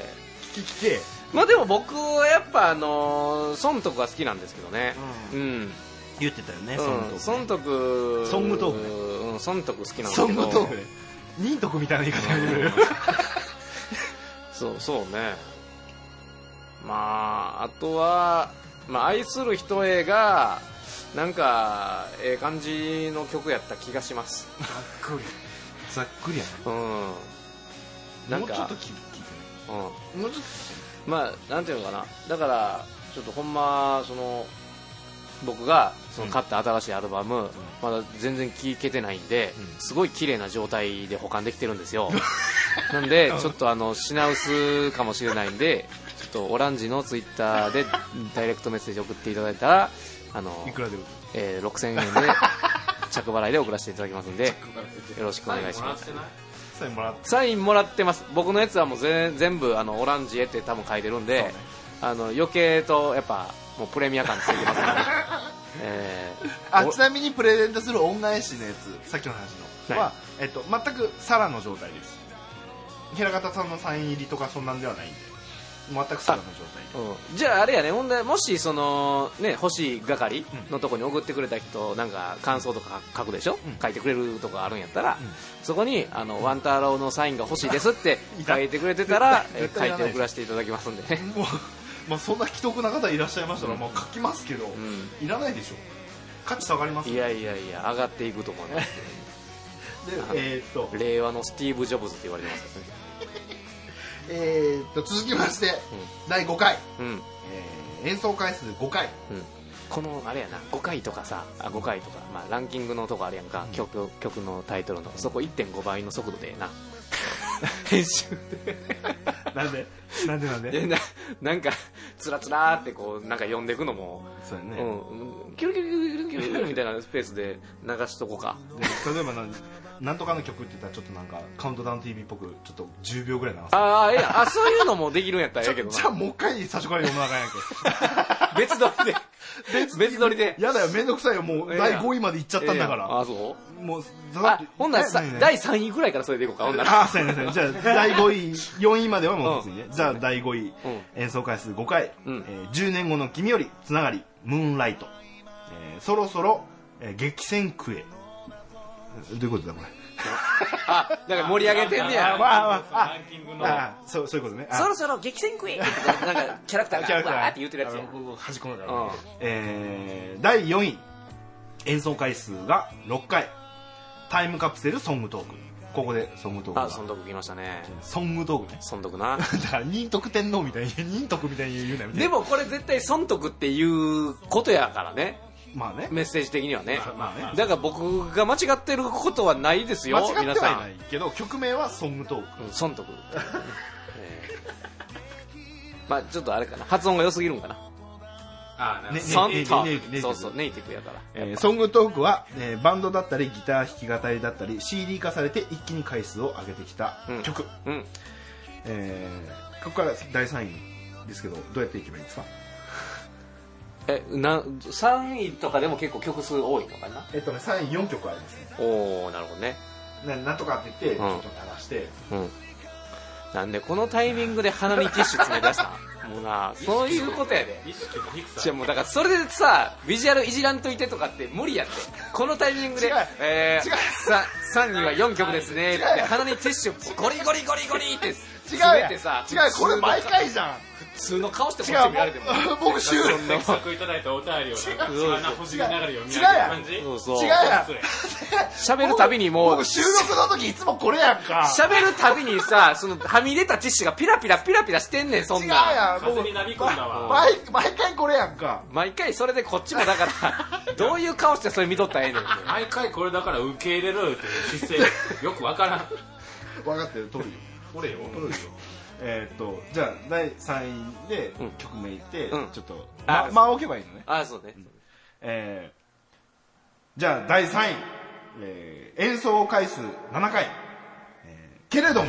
[SPEAKER 3] 聞きて
[SPEAKER 5] まあでも僕はやっぱあの孫徳が好きなんですけどねうん
[SPEAKER 3] 言ってたよね
[SPEAKER 5] う
[SPEAKER 3] その
[SPEAKER 5] ん孫徳
[SPEAKER 3] ソングトークね
[SPEAKER 5] うん孫徳好きなんですけ
[SPEAKER 3] ソ
[SPEAKER 5] ど
[SPEAKER 3] ングトークで忍徳みたいな言い方やめる
[SPEAKER 5] そうそうねまああとは、まあ、愛する人へがなんかええ感じの曲やった気がします
[SPEAKER 3] ざっくりや
[SPEAKER 5] うん
[SPEAKER 3] な
[SPEAKER 5] な
[SPEAKER 3] も
[SPEAKER 5] ん
[SPEAKER 3] うちょっと
[SPEAKER 5] か
[SPEAKER 3] 聞いて
[SPEAKER 5] うんまあなんていうのかなだからちょっとほんまその僕がその買った新しいアルバム、まだ全然聴けてないんで、すごい綺麗な状態で保管できてるんです よなんでちょっとあの品薄かもしれないんでちょっとオランジのツイッターでダイレクトメッセージ送っていただいたらあの
[SPEAKER 3] いくらでも
[SPEAKER 5] えー6000円で着払いで送らせていただきますんでよろしくお願いします
[SPEAKER 3] それもらって
[SPEAKER 5] サインもらってます僕のやつはもうぜ全部あのオランジへって 多分書いてるんで、あの余計とやっぱもうプレミア感ついてますえ
[SPEAKER 3] あちなみにプレゼントする恩返しのやつさっきの話のは、
[SPEAKER 5] は
[SPEAKER 3] えっと、全くサラの状態です平方さんのサイン入りとかそんなんではないんで全くサラの状態で
[SPEAKER 5] ーうんじゃああれやねほんでもしそのね欲しい係のとこに送ってくれた人なんか感想とか書くでしょ、書いてくれるとかあるんやったら、そこにあの「ワンタロウのサインが欲しいです」って 書いてくれてたらえ
[SPEAKER 3] 絶
[SPEAKER 5] ー
[SPEAKER 3] 対絶対いら
[SPEAKER 5] 書いて
[SPEAKER 3] ない
[SPEAKER 5] 送らせていただきますん でね
[SPEAKER 3] もう、まあ、そんな既得な方いらっしゃいましたら、もう書きますけど、
[SPEAKER 5] ん
[SPEAKER 3] いらないでしょ価値下がります
[SPEAKER 5] い
[SPEAKER 3] よ
[SPEAKER 5] やいやいや上がっていくと思いますけ
[SPEAKER 3] でえーっと
[SPEAKER 5] ど令和のスティーブ・ジョブズって言われてますよね
[SPEAKER 3] えーっと続きまして、第5回、
[SPEAKER 5] うん
[SPEAKER 3] えー演奏回数5回
[SPEAKER 5] このあれやな5回とかさあ5回とか、まあ、ランキングのとこあるやんか、曲曲のタイトルのそこ1.5倍の速度でな編集
[SPEAKER 3] なん でなんでなんで
[SPEAKER 5] でななんかつらつらーってこうなんか読んでいくのも、
[SPEAKER 8] そうや
[SPEAKER 5] う
[SPEAKER 8] ね、
[SPEAKER 5] ん、キュルキュルキュルキュルキュルみたいなスペースで流しとこうか
[SPEAKER 3] で例えばなんなんとかの曲って言ったらちょっとなんかカウントダウン TV っぽくちょっと10秒ぐらい流す
[SPEAKER 5] ああいやあそういうのもできるんやったらええけど
[SPEAKER 3] じゃあ
[SPEAKER 5] な
[SPEAKER 3] もう一回最初から読むなあかんやんけ
[SPEAKER 5] 別撮りで別撮り で
[SPEAKER 3] やだよめんどくさいよもう
[SPEAKER 5] ええやん
[SPEAKER 3] 第5位まで行っちゃったんだから、
[SPEAKER 5] ええやんあそう
[SPEAKER 3] もうざざっ
[SPEAKER 5] あ
[SPEAKER 3] と
[SPEAKER 5] ほんならさ
[SPEAKER 3] ねねね
[SPEAKER 5] 第3位ぐらいからそれでいこうかほんなら
[SPEAKER 3] あそうやねそうやねじゃあ第5位4位まではもう別にね、じゃあ第5位、
[SPEAKER 5] うん
[SPEAKER 3] 演奏回数5回、
[SPEAKER 5] うん
[SPEAKER 3] えー10年後の君よりつながりムーンライト、えーそろそろ、えー激戦区へどういうことだこれ
[SPEAKER 5] あだから盛り上げてんねや
[SPEAKER 3] ああ
[SPEAKER 4] ランキングの
[SPEAKER 3] あそうそういうことねあ
[SPEAKER 5] そろそろ激戦区へってなんかキャラクター
[SPEAKER 3] キャラク
[SPEAKER 5] が
[SPEAKER 3] ター
[SPEAKER 5] わーって言ってるやつや
[SPEAKER 3] あのここ端っこのから、
[SPEAKER 5] うん
[SPEAKER 3] えー第4位演奏回数が6回タイムカプセルソングトークここでソングトーク
[SPEAKER 5] あ
[SPEAKER 3] が
[SPEAKER 5] 損得来ましたね
[SPEAKER 3] ソングトークね
[SPEAKER 5] 損得な
[SPEAKER 3] だから仁徳天皇みたいに 仁徳みたいに言うなみたいな
[SPEAKER 5] でもこれ絶対損得っていうことやからね
[SPEAKER 3] まあね
[SPEAKER 5] メッセージ的にはね
[SPEAKER 3] まあね
[SPEAKER 5] だから僕が間違ってることはないですよ
[SPEAKER 3] 間違
[SPEAKER 5] 皆
[SPEAKER 3] ってはい
[SPEAKER 5] さ
[SPEAKER 3] ないけど曲名はソングトーク
[SPEAKER 5] んう ん損得えーまあちょっとあれかな発音が良すぎるんかな
[SPEAKER 4] あーなるほど
[SPEAKER 3] ね
[SPEAKER 5] 損
[SPEAKER 3] ね
[SPEAKER 5] 得
[SPEAKER 3] ねねね
[SPEAKER 5] そうそうネイティブやから
[SPEAKER 3] えーソングトークは、えーバンドだったりギター弾き語りだったり CD 化されて一気に回数を上げてきた曲、
[SPEAKER 5] うん
[SPEAKER 3] えーここから第3位ですけどどうやっていけばいいんですか
[SPEAKER 5] えな3位とかでも結構曲数多いのかな
[SPEAKER 3] えっとね3位4曲ありますね
[SPEAKER 5] おおなるほどね
[SPEAKER 3] ななんとかって言って、
[SPEAKER 5] うん
[SPEAKER 3] ちょっと流して
[SPEAKER 5] うん。なんでこのタイミングで鼻にティッシュ詰め出したん もうなそういうことやで
[SPEAKER 4] 意識の低さ
[SPEAKER 5] じゃあもうだからそれでさビジュアルいじらんといてとかって無理やってこのタイミングで
[SPEAKER 3] 違う
[SPEAKER 5] え
[SPEAKER 3] 違
[SPEAKER 5] ー
[SPEAKER 3] う
[SPEAKER 5] さ3位は4曲ですねって
[SPEAKER 3] 違う
[SPEAKER 5] 鼻にティッシュゴリゴリゴリゴリって
[SPEAKER 3] 違う
[SPEAKER 5] 詰めてさ
[SPEAKER 3] 違うこれ毎回じゃん
[SPEAKER 5] 普通の顔してこ
[SPEAKER 3] 違
[SPEAKER 5] っち
[SPEAKER 3] う
[SPEAKER 5] 見られても
[SPEAKER 3] 僕僕シュール
[SPEAKER 5] そんな
[SPEAKER 4] せっかくいただいたお便りをなんか鼻ほじりながら読み上げる感じ
[SPEAKER 5] そう
[SPEAKER 3] 違
[SPEAKER 5] そうう
[SPEAKER 3] やん
[SPEAKER 5] 喋るたびにもう
[SPEAKER 3] 僕収録の時いつもこれやん か
[SPEAKER 5] 喋るたびにさそのはみ出たティッシュがピラピラピラピラしてんねんそ
[SPEAKER 3] 違
[SPEAKER 5] ん
[SPEAKER 3] う
[SPEAKER 5] なん
[SPEAKER 3] やん
[SPEAKER 4] 風
[SPEAKER 3] 僕
[SPEAKER 4] になび込んだわ
[SPEAKER 3] 毎毎回これやんか
[SPEAKER 5] 毎回それでこっちもだからどういう顔してそれ見とったらええねん
[SPEAKER 4] 毎回これだから受け入れろよっていう姿勢よくわからん
[SPEAKER 3] 分かってる取るよ
[SPEAKER 4] 俺よ
[SPEAKER 3] 取るよえーっとじゃあ第3位で曲名言って、
[SPEAKER 5] うん
[SPEAKER 3] ちょっと、
[SPEAKER 5] あ
[SPEAKER 3] ま、間を置けばいいのね
[SPEAKER 5] あそうね
[SPEAKER 3] えーじゃあ第3位、えー演奏回数7回、えーけれども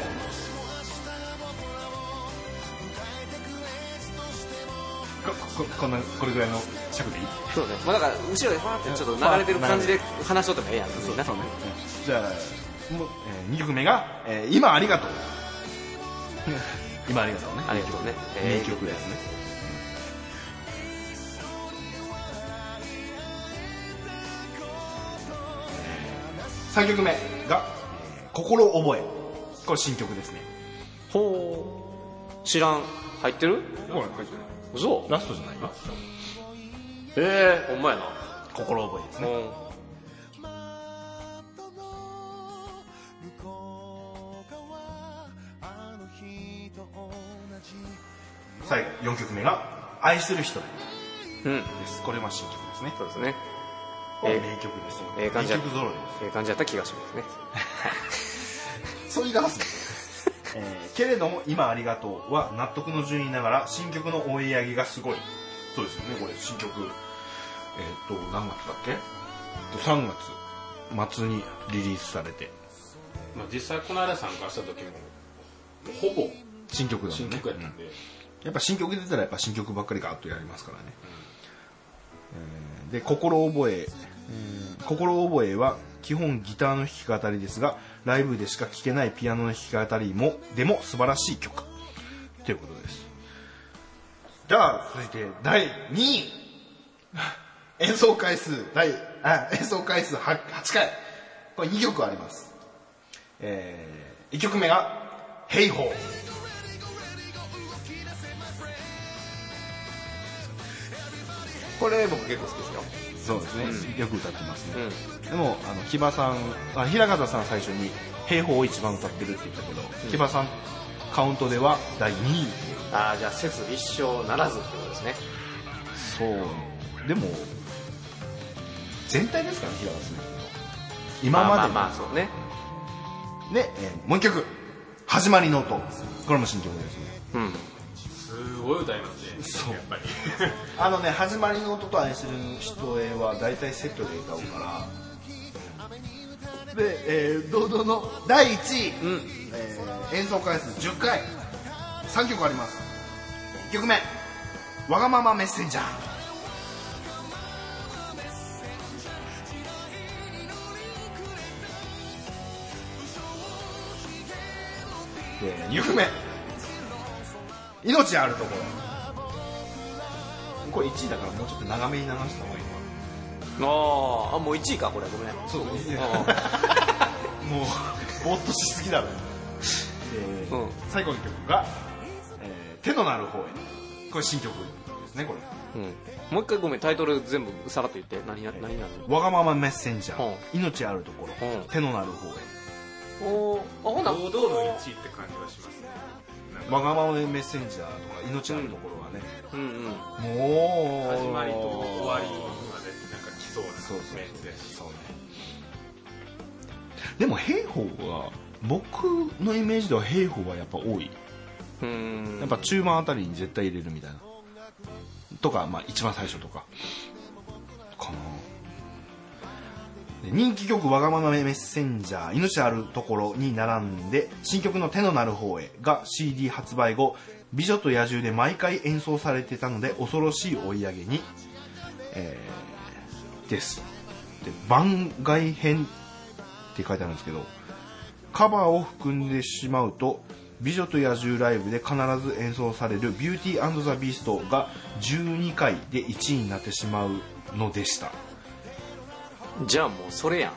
[SPEAKER 3] こここんなこれぐらいの尺でいい
[SPEAKER 5] そうねまあだから後ろでファーってちょっと流れてる感じで話しとってもええやんそうね
[SPEAKER 3] じゃあもう、え2曲目が、えー今ありがとう」今ありがとうね
[SPEAKER 5] ありがとうね
[SPEAKER 3] 名
[SPEAKER 5] え
[SPEAKER 3] 曲ですね、3曲目が「えー心覚え」これ新曲ですね
[SPEAKER 5] ーほう知らん入ってる
[SPEAKER 3] これ書いて
[SPEAKER 5] 嘘
[SPEAKER 3] ラストじゃないよ
[SPEAKER 5] ええほんまやな
[SPEAKER 3] 心覚えです
[SPEAKER 5] う
[SPEAKER 3] ね
[SPEAKER 5] ん
[SPEAKER 3] 最後4曲目が「愛する人へ
[SPEAKER 5] うん」
[SPEAKER 3] ですこれは新曲ですね
[SPEAKER 5] そうですね
[SPEAKER 3] これ名曲ですよ
[SPEAKER 5] ええ感じや
[SPEAKER 3] 名曲ぞろいです
[SPEAKER 5] ええ感じやった気がしますね
[SPEAKER 3] それが発生、えーけれども今ありがとうは納得の順位ながら新曲の追い上げがすごいそうですよねこれ新曲えーっと何月だっけえっと3月末にリリースされて
[SPEAKER 4] まあ実際この間参加した時もほぼ
[SPEAKER 3] 新曲だもんね
[SPEAKER 4] 新曲やったんで
[SPEAKER 3] やっぱ新曲出たらやっぱ新曲ばっかりガーッとやりますからね、えーで心覚え心覚えは基本ギターの弾き語りですがライブでしか聴けないピアノの弾き語りもでも素晴らしい曲ということですじゃあ続いて第2位 演奏回数第あ演奏回数 8, 8回これ2曲ありますえー、1曲目が「Hey Ho」これ僕結構好きです
[SPEAKER 9] そ
[SPEAKER 3] よ
[SPEAKER 9] うですね、よく歌ってますね、でもあの木場さんあ平方さん最初に「平方を一番歌ってる」って言ったけど、
[SPEAKER 3] 木場さんカウントでは第2位
[SPEAKER 5] ああじゃあ説立証ならずってことですね
[SPEAKER 9] そう
[SPEAKER 3] でも全体ですからね平川さん今まで
[SPEAKER 5] まあ
[SPEAKER 3] の
[SPEAKER 5] まあそうね
[SPEAKER 3] で、えーもう一曲「始まりの音」これも新曲ですね
[SPEAKER 5] うん
[SPEAKER 4] すごい歌いますね
[SPEAKER 3] そう
[SPEAKER 4] やっぱ り
[SPEAKER 3] あのね「始まりの音」と「愛する人へ」は大体セットで歌うからで、えー堂々の第1位、えー演奏回数10回3曲あります1曲目「わがままメッセンジャー」で2曲目「命あるところ」これ1位だからもうちょっと長めに流した方がいい
[SPEAKER 5] あーあもう1位かこれご めん
[SPEAKER 3] なそうもうぼーっとしすぎだろで
[SPEAKER 5] うん
[SPEAKER 3] 最後の曲が「えー手のなる方へ」これ新曲ですねこれ
[SPEAKER 5] うん、もう一回ごめんタイトル全部さらっと言って何な何な
[SPEAKER 3] 「
[SPEAKER 5] の
[SPEAKER 3] わがままメッセンジャ
[SPEAKER 5] う
[SPEAKER 3] ー
[SPEAKER 5] ん
[SPEAKER 3] 命あるところ
[SPEAKER 5] うん
[SPEAKER 3] 手のなる方へ
[SPEAKER 5] おーあほな
[SPEAKER 4] 堂々の1位って感じはしますね」
[SPEAKER 3] わがままメッセンジャーとか命あるところはね
[SPEAKER 5] うんうん
[SPEAKER 3] もう
[SPEAKER 4] 始まりと終わりまでなんか来そうな
[SPEAKER 3] そうそう
[SPEAKER 4] 面で
[SPEAKER 3] そうねでも兵法は僕のイメージでは兵法はやっぱ多いう
[SPEAKER 5] ーん
[SPEAKER 3] やっぱ中盤あたりに絶対入れるみたいなとか、まあ、一番最初とかかなで人気曲「わがままメッセンジャー命あるところ」に並んで新曲の「手のなる方へ」が CD 発売後「美女と野獣」で毎回演奏されてたので恐ろしい追い上げに、えーですで番外編って書いてあるんですけどカバーを含んでしまうと「美女と野獣ライブ」で必ず演奏される「ビューティーザ・ビースト」が12回で1位になってしまうのでした
[SPEAKER 5] じゃあもうそれやん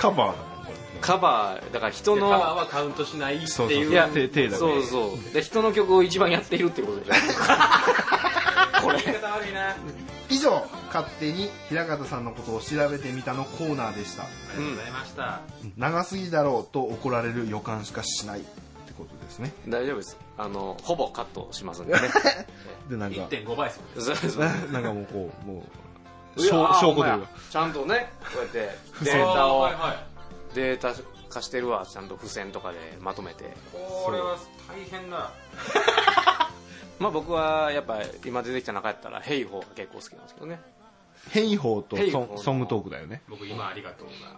[SPEAKER 3] カバーだもんこれ
[SPEAKER 5] カバーだから人
[SPEAKER 4] カバー
[SPEAKER 5] の
[SPEAKER 4] はカウントしないって
[SPEAKER 3] そうそう
[SPEAKER 4] いう
[SPEAKER 5] いや
[SPEAKER 3] 手手だね
[SPEAKER 5] そうそうで人の曲を一番やっているってことでしょこれ
[SPEAKER 4] 言い方悪いな
[SPEAKER 3] 以上勝手に平方さんのことを調べてみたのコーナーでした
[SPEAKER 4] ありがとうございました、
[SPEAKER 3] 長すぎだろうと怒られる予感しかしないってことですね
[SPEAKER 5] 大丈夫ですあのほぼカットしますんで ね
[SPEAKER 3] でなんか
[SPEAKER 4] 1.5倍速で
[SPEAKER 5] そう そう
[SPEAKER 3] なんかもうこうもう
[SPEAKER 5] いや
[SPEAKER 3] 証
[SPEAKER 5] ー
[SPEAKER 3] 証拠という
[SPEAKER 5] ほんまや
[SPEAKER 3] か
[SPEAKER 5] ちゃんとねこうや ってデ
[SPEAKER 4] す
[SPEAKER 5] ータを
[SPEAKER 4] はいはい
[SPEAKER 5] データ化してるわちゃんと付箋とかでまとめて
[SPEAKER 4] これは大変だ
[SPEAKER 5] まあ僕はやっぱ今出てきた中やったら「ヘイホー」が結構好きなんですけどね
[SPEAKER 3] 変法と
[SPEAKER 5] 変異
[SPEAKER 3] ソ
[SPEAKER 5] 法
[SPEAKER 3] ンソングトークだよね
[SPEAKER 4] 僕今ありがとうが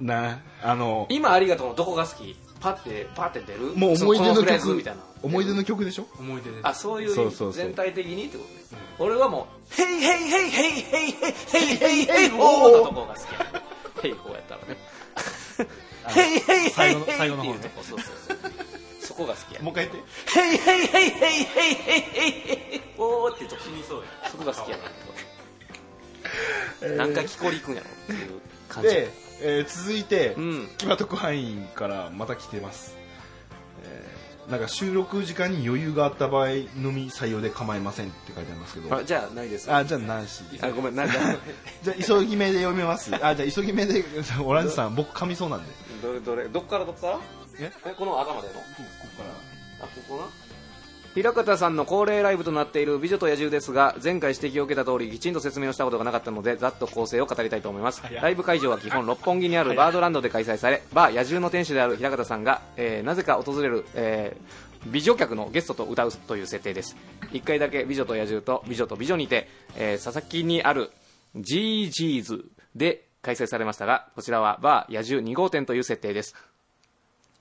[SPEAKER 3] なあの
[SPEAKER 5] 今ありがとうのどこが好きパッてパッて出る
[SPEAKER 3] もう思い出の
[SPEAKER 5] そこフレーズ
[SPEAKER 3] 曲
[SPEAKER 5] みたいな
[SPEAKER 3] 思い出の曲でしょ
[SPEAKER 4] 思い出です
[SPEAKER 5] あそういう意味
[SPEAKER 3] そうそうそう
[SPEAKER 5] 全体的にってことです、俺はもう「ヘイヘイヘイヘイヘイヘイヘイヘイヘイ
[SPEAKER 3] ヘイ
[SPEAKER 5] ホー」
[SPEAKER 3] ホー
[SPEAKER 5] のとこが好きやヘイホーやったらね「ヘイヘイヘイヘイ」っていうとこそうそうそうそこが好きや
[SPEAKER 3] もう一回言って
[SPEAKER 5] 「ヘイヘイヘイヘイヘイヘイヘイヘイホー」っていうとこ
[SPEAKER 4] 死にそうや
[SPEAKER 5] そこが好きやねんけど何回聞こり行くんやろっていう感じ
[SPEAKER 3] で、えー続いて、
[SPEAKER 5] うん
[SPEAKER 3] 木場特派員からまた来てます、えーなんか収録時間に余裕があった場合のみ採用で構いませんって書いてありますけど
[SPEAKER 5] あじゃあないですあ
[SPEAKER 3] あじゃあなしで
[SPEAKER 5] ごめんなんか
[SPEAKER 3] じゃあ急ぎ目で読みますあじゃあ急ぎ目で オランジさん僕噛みそうなんで
[SPEAKER 5] どれどれどっからどっから
[SPEAKER 3] え
[SPEAKER 5] この頭でのここからあここな平方さんの恒例ライブとなっている「美女と野獣」ですが前回指摘を受けた通りきちんと説明をしたことがなかったのでざっと構成を語りたいと思いますライブ会場は基本六本木にあるバードランドで開催されバー野獣の店主である平方さんが、えーなぜか訪れる、えー美女客のゲストと歌うという設定です1回だけ「美女と野獣」と「美女と美女」にて、えー佐々木にある GG's で開催されましたがこちらはバー野獣2号店という設定です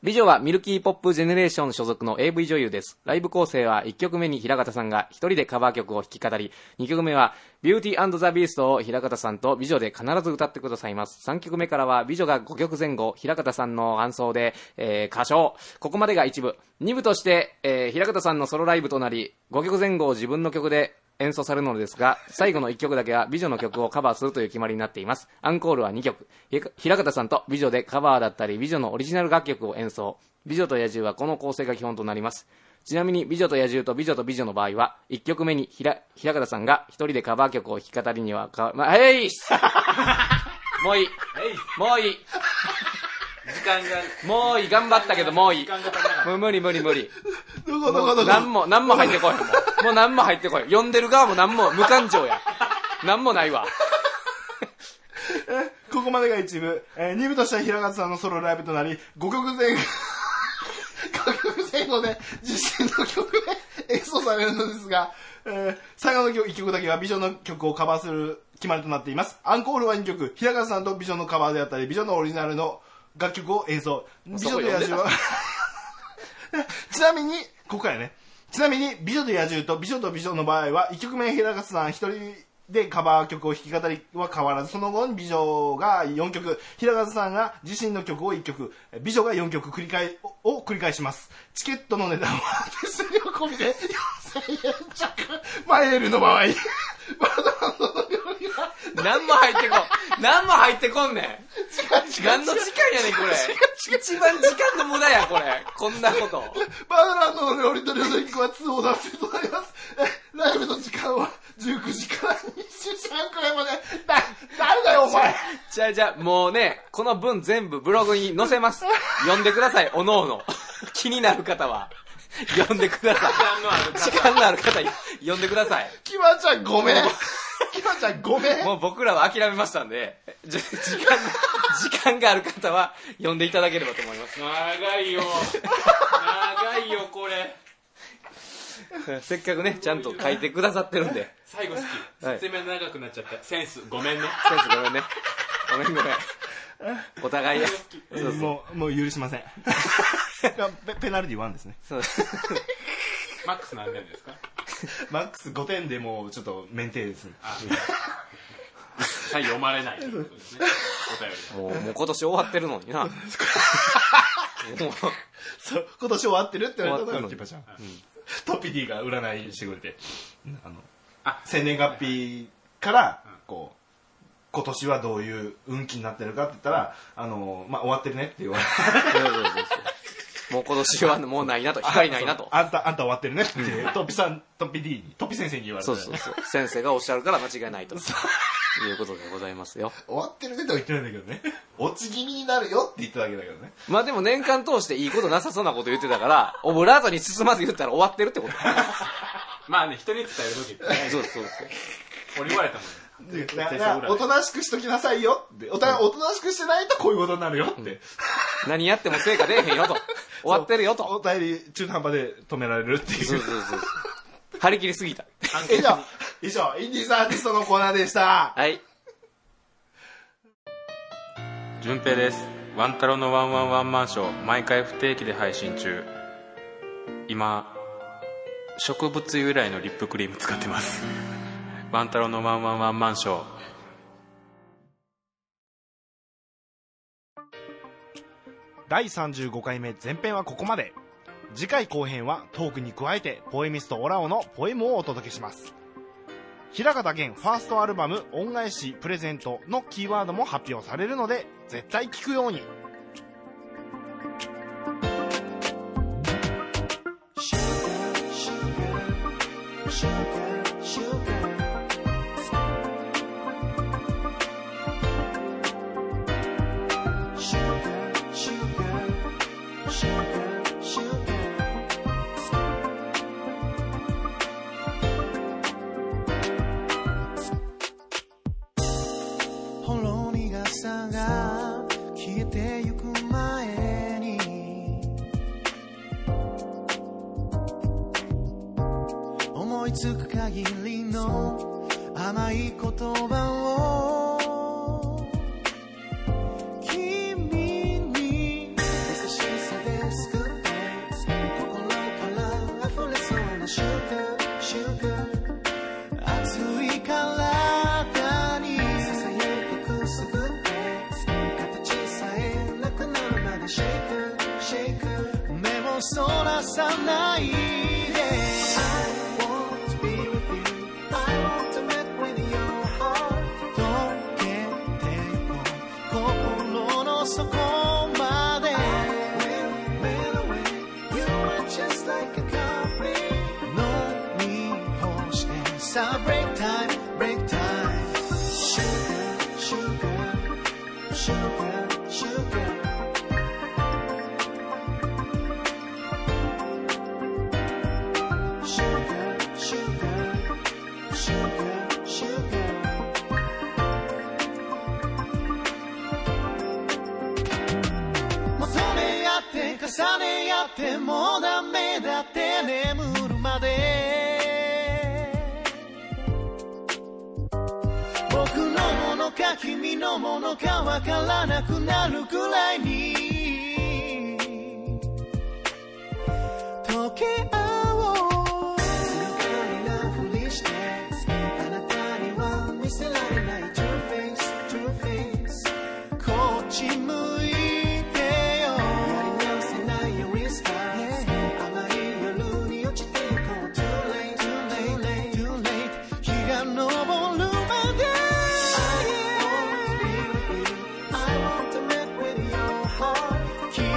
[SPEAKER 5] 美女はミルキーポップジェネレーション所属の AV 女優です。ライブ構成は1曲目に平方さんが一人でカバー曲を弾き語り、2曲目はビューティーザ・ビーストを平方さんと美女で必ず歌ってくださいます。3曲目からは美女が5曲前後、平方さんの伴奏で、えー歌唱。ここまでが1部。2部として、えー平方さんのソロライブとなり、5曲前後を自分の曲で演奏されるのですが、最後の1曲だけは美女の曲をカバーするという決まりになっています。アンコールは2曲。ひら平方さんと美女でカバーだったり、美女のオリジナル楽曲を演奏。美女と野獣はこの構成が基本となります。ちなみに、美女と野獣と美女と美女の場合は、1曲目にひら平方さんが一人でカバー曲を弾き語りにはか、ま、へいもういい。もういい。時間が、もういい。頑張ったけど、もういい。もう無理無理無理。
[SPEAKER 3] どこどこどこ
[SPEAKER 5] 何も、何も入ってこい。もう、もう何も入ってこい。呼んでる側も何も、無感情や。何もないわ。
[SPEAKER 3] ここまでが一部、えー、2部としては平方さんのソロライブとなり、5曲前後、5曲前後で実践の曲で演奏されるのですが、えー最後の曲1曲だけは美女の曲をカバーする決まりとなっています。アンコールは2曲、平方さんと美女のカバーであったり、美女のオリジナルの楽曲を演奏。美女と野獣は、ちなみに、ここからね。ちなみに、美女と野獣と美女と美女の場合は、1曲目平勝さん1人でカバー曲を弾き語りは変わらず、その後に美女が4曲、平勝さんが自身の曲を1曲、美女が4曲繰り返を繰り返します。チケットの値段は手数料込みで4000円弱。マイエルの場合、バルドランドの料理は、
[SPEAKER 5] 何も入ってこん。何も入ってこんねん。何の時間やねん、これ。一番時間の無駄や、これ。こんなこと。
[SPEAKER 3] バーランドの料理と料理1個は通報達成となります。えライブの時間は19時から20時半くらいまで。だ、誰だよ、お前。
[SPEAKER 5] じゃあじゃあ、もうね、この文全部ブログに載せます。読んでください、おのおの。気になる方は。読んでください。時間のある方。読んでください。
[SPEAKER 3] キマちゃんごめん。 キマちゃんごめん。
[SPEAKER 5] もう僕らは諦めましたんで、じ時間、時間がある方は読んでいただければと思いま す。
[SPEAKER 4] 長いよ長いよこれ
[SPEAKER 5] せっかくね、ちゃんと書いてくださってるんで。
[SPEAKER 4] 最後好き、
[SPEAKER 5] はい
[SPEAKER 4] 説明長くなっちゃったセンスごめんね
[SPEAKER 5] 先生ごめんね。ごめんごめん。お互いや。
[SPEAKER 3] もう、もう許しま せん。ペペナルティ1ですね。
[SPEAKER 5] そう
[SPEAKER 4] マックス何点ですか
[SPEAKER 3] マックス5点でもうちょっと免停ですね。
[SPEAKER 4] はい読まれないということですねお便り
[SPEAKER 5] もうもう今年終わってるのにな。もう
[SPEAKER 3] そう、今年終わってるって言われたの
[SPEAKER 5] 終わ
[SPEAKER 3] が
[SPEAKER 5] って
[SPEAKER 3] キ
[SPEAKER 5] るの
[SPEAKER 3] マちゃん。トッピティが占いしてくれて、あの、
[SPEAKER 4] あ
[SPEAKER 3] 生年月日から、こう、今年はどういう運気になってるかって言ったら、あの、まあ、終わってるねって言われて。
[SPEAKER 5] そうそうそうそうもう今年はもうないなと、光ないなと。
[SPEAKER 3] あんた、あんた終わってるねって、トッピさん、トッピ D に、トッピ先生に言われて。
[SPEAKER 5] そうそうそう。先生がおっしゃるから間違いないと。いうことでございますよ。
[SPEAKER 3] 終わってるねとは言ってないんだけ どね。落ち気味になるよって言っただけだけどね。
[SPEAKER 5] まあでも年間通していいことなさそうなこと言ってたから、オブラートに進まず言ったら終わってるって こと。
[SPEAKER 4] まあね人に伝える時ってね
[SPEAKER 5] そうそうそう。
[SPEAKER 4] 俺言われたもん
[SPEAKER 3] だから、おとなしくしときなさいよって。おたおとなしくしてないとこういうことになるよって。
[SPEAKER 5] 何やっても成果出えへんよ と。終わってるよ
[SPEAKER 3] お
[SPEAKER 5] と。
[SPEAKER 3] 便り中途半端で止められるってい
[SPEAKER 5] そう
[SPEAKER 3] う
[SPEAKER 5] そ。うそう。張り切りすぎた。
[SPEAKER 3] 以上、以上、インディーズアーティストのコーナーでした。
[SPEAKER 5] はい。
[SPEAKER 4] 順平ですワンタロのワンワンワンマンショー毎回不定期で配信中今植物由来のリップクリーム使ってますワンタロのワンワンワンマンショー
[SPEAKER 10] 第35回目前編はここまで次回後編はトークに加えてポエミストオラオのポエムをお届けします平方玄ファーストアルバム「恩返しプレゼント」のキーワードも発表されるので絶対聞くように
[SPEAKER 11] ほろ苦さが消えてゆく前に思いつく限りの甘い言葉を君に優しさでそらさないで I want to be with you I want to make with your heart 溶けてこ心の底まで Will away You are just like a coffee 飲み干してさあ Break time, break time Sugar, sugar, sugar, sugar 「シュガーシュガーシュガーシュガー」「求め合って重ね合ってもうダメだって眠るまで」「僕のものか君のものかわからなくなるくらいに」溶け合おう静かになふりしてあなたには見せられない True face, true face こっち向いてよやり直せないよリスター甘い夜に落ちていこう Too late, too late, too late 日が昇るまで I want to make with your heart 消え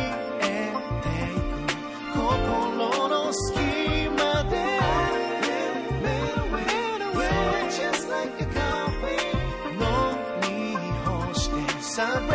[SPEAKER 11] ていく心の隙間で Just like a coffee 飲み干してさあ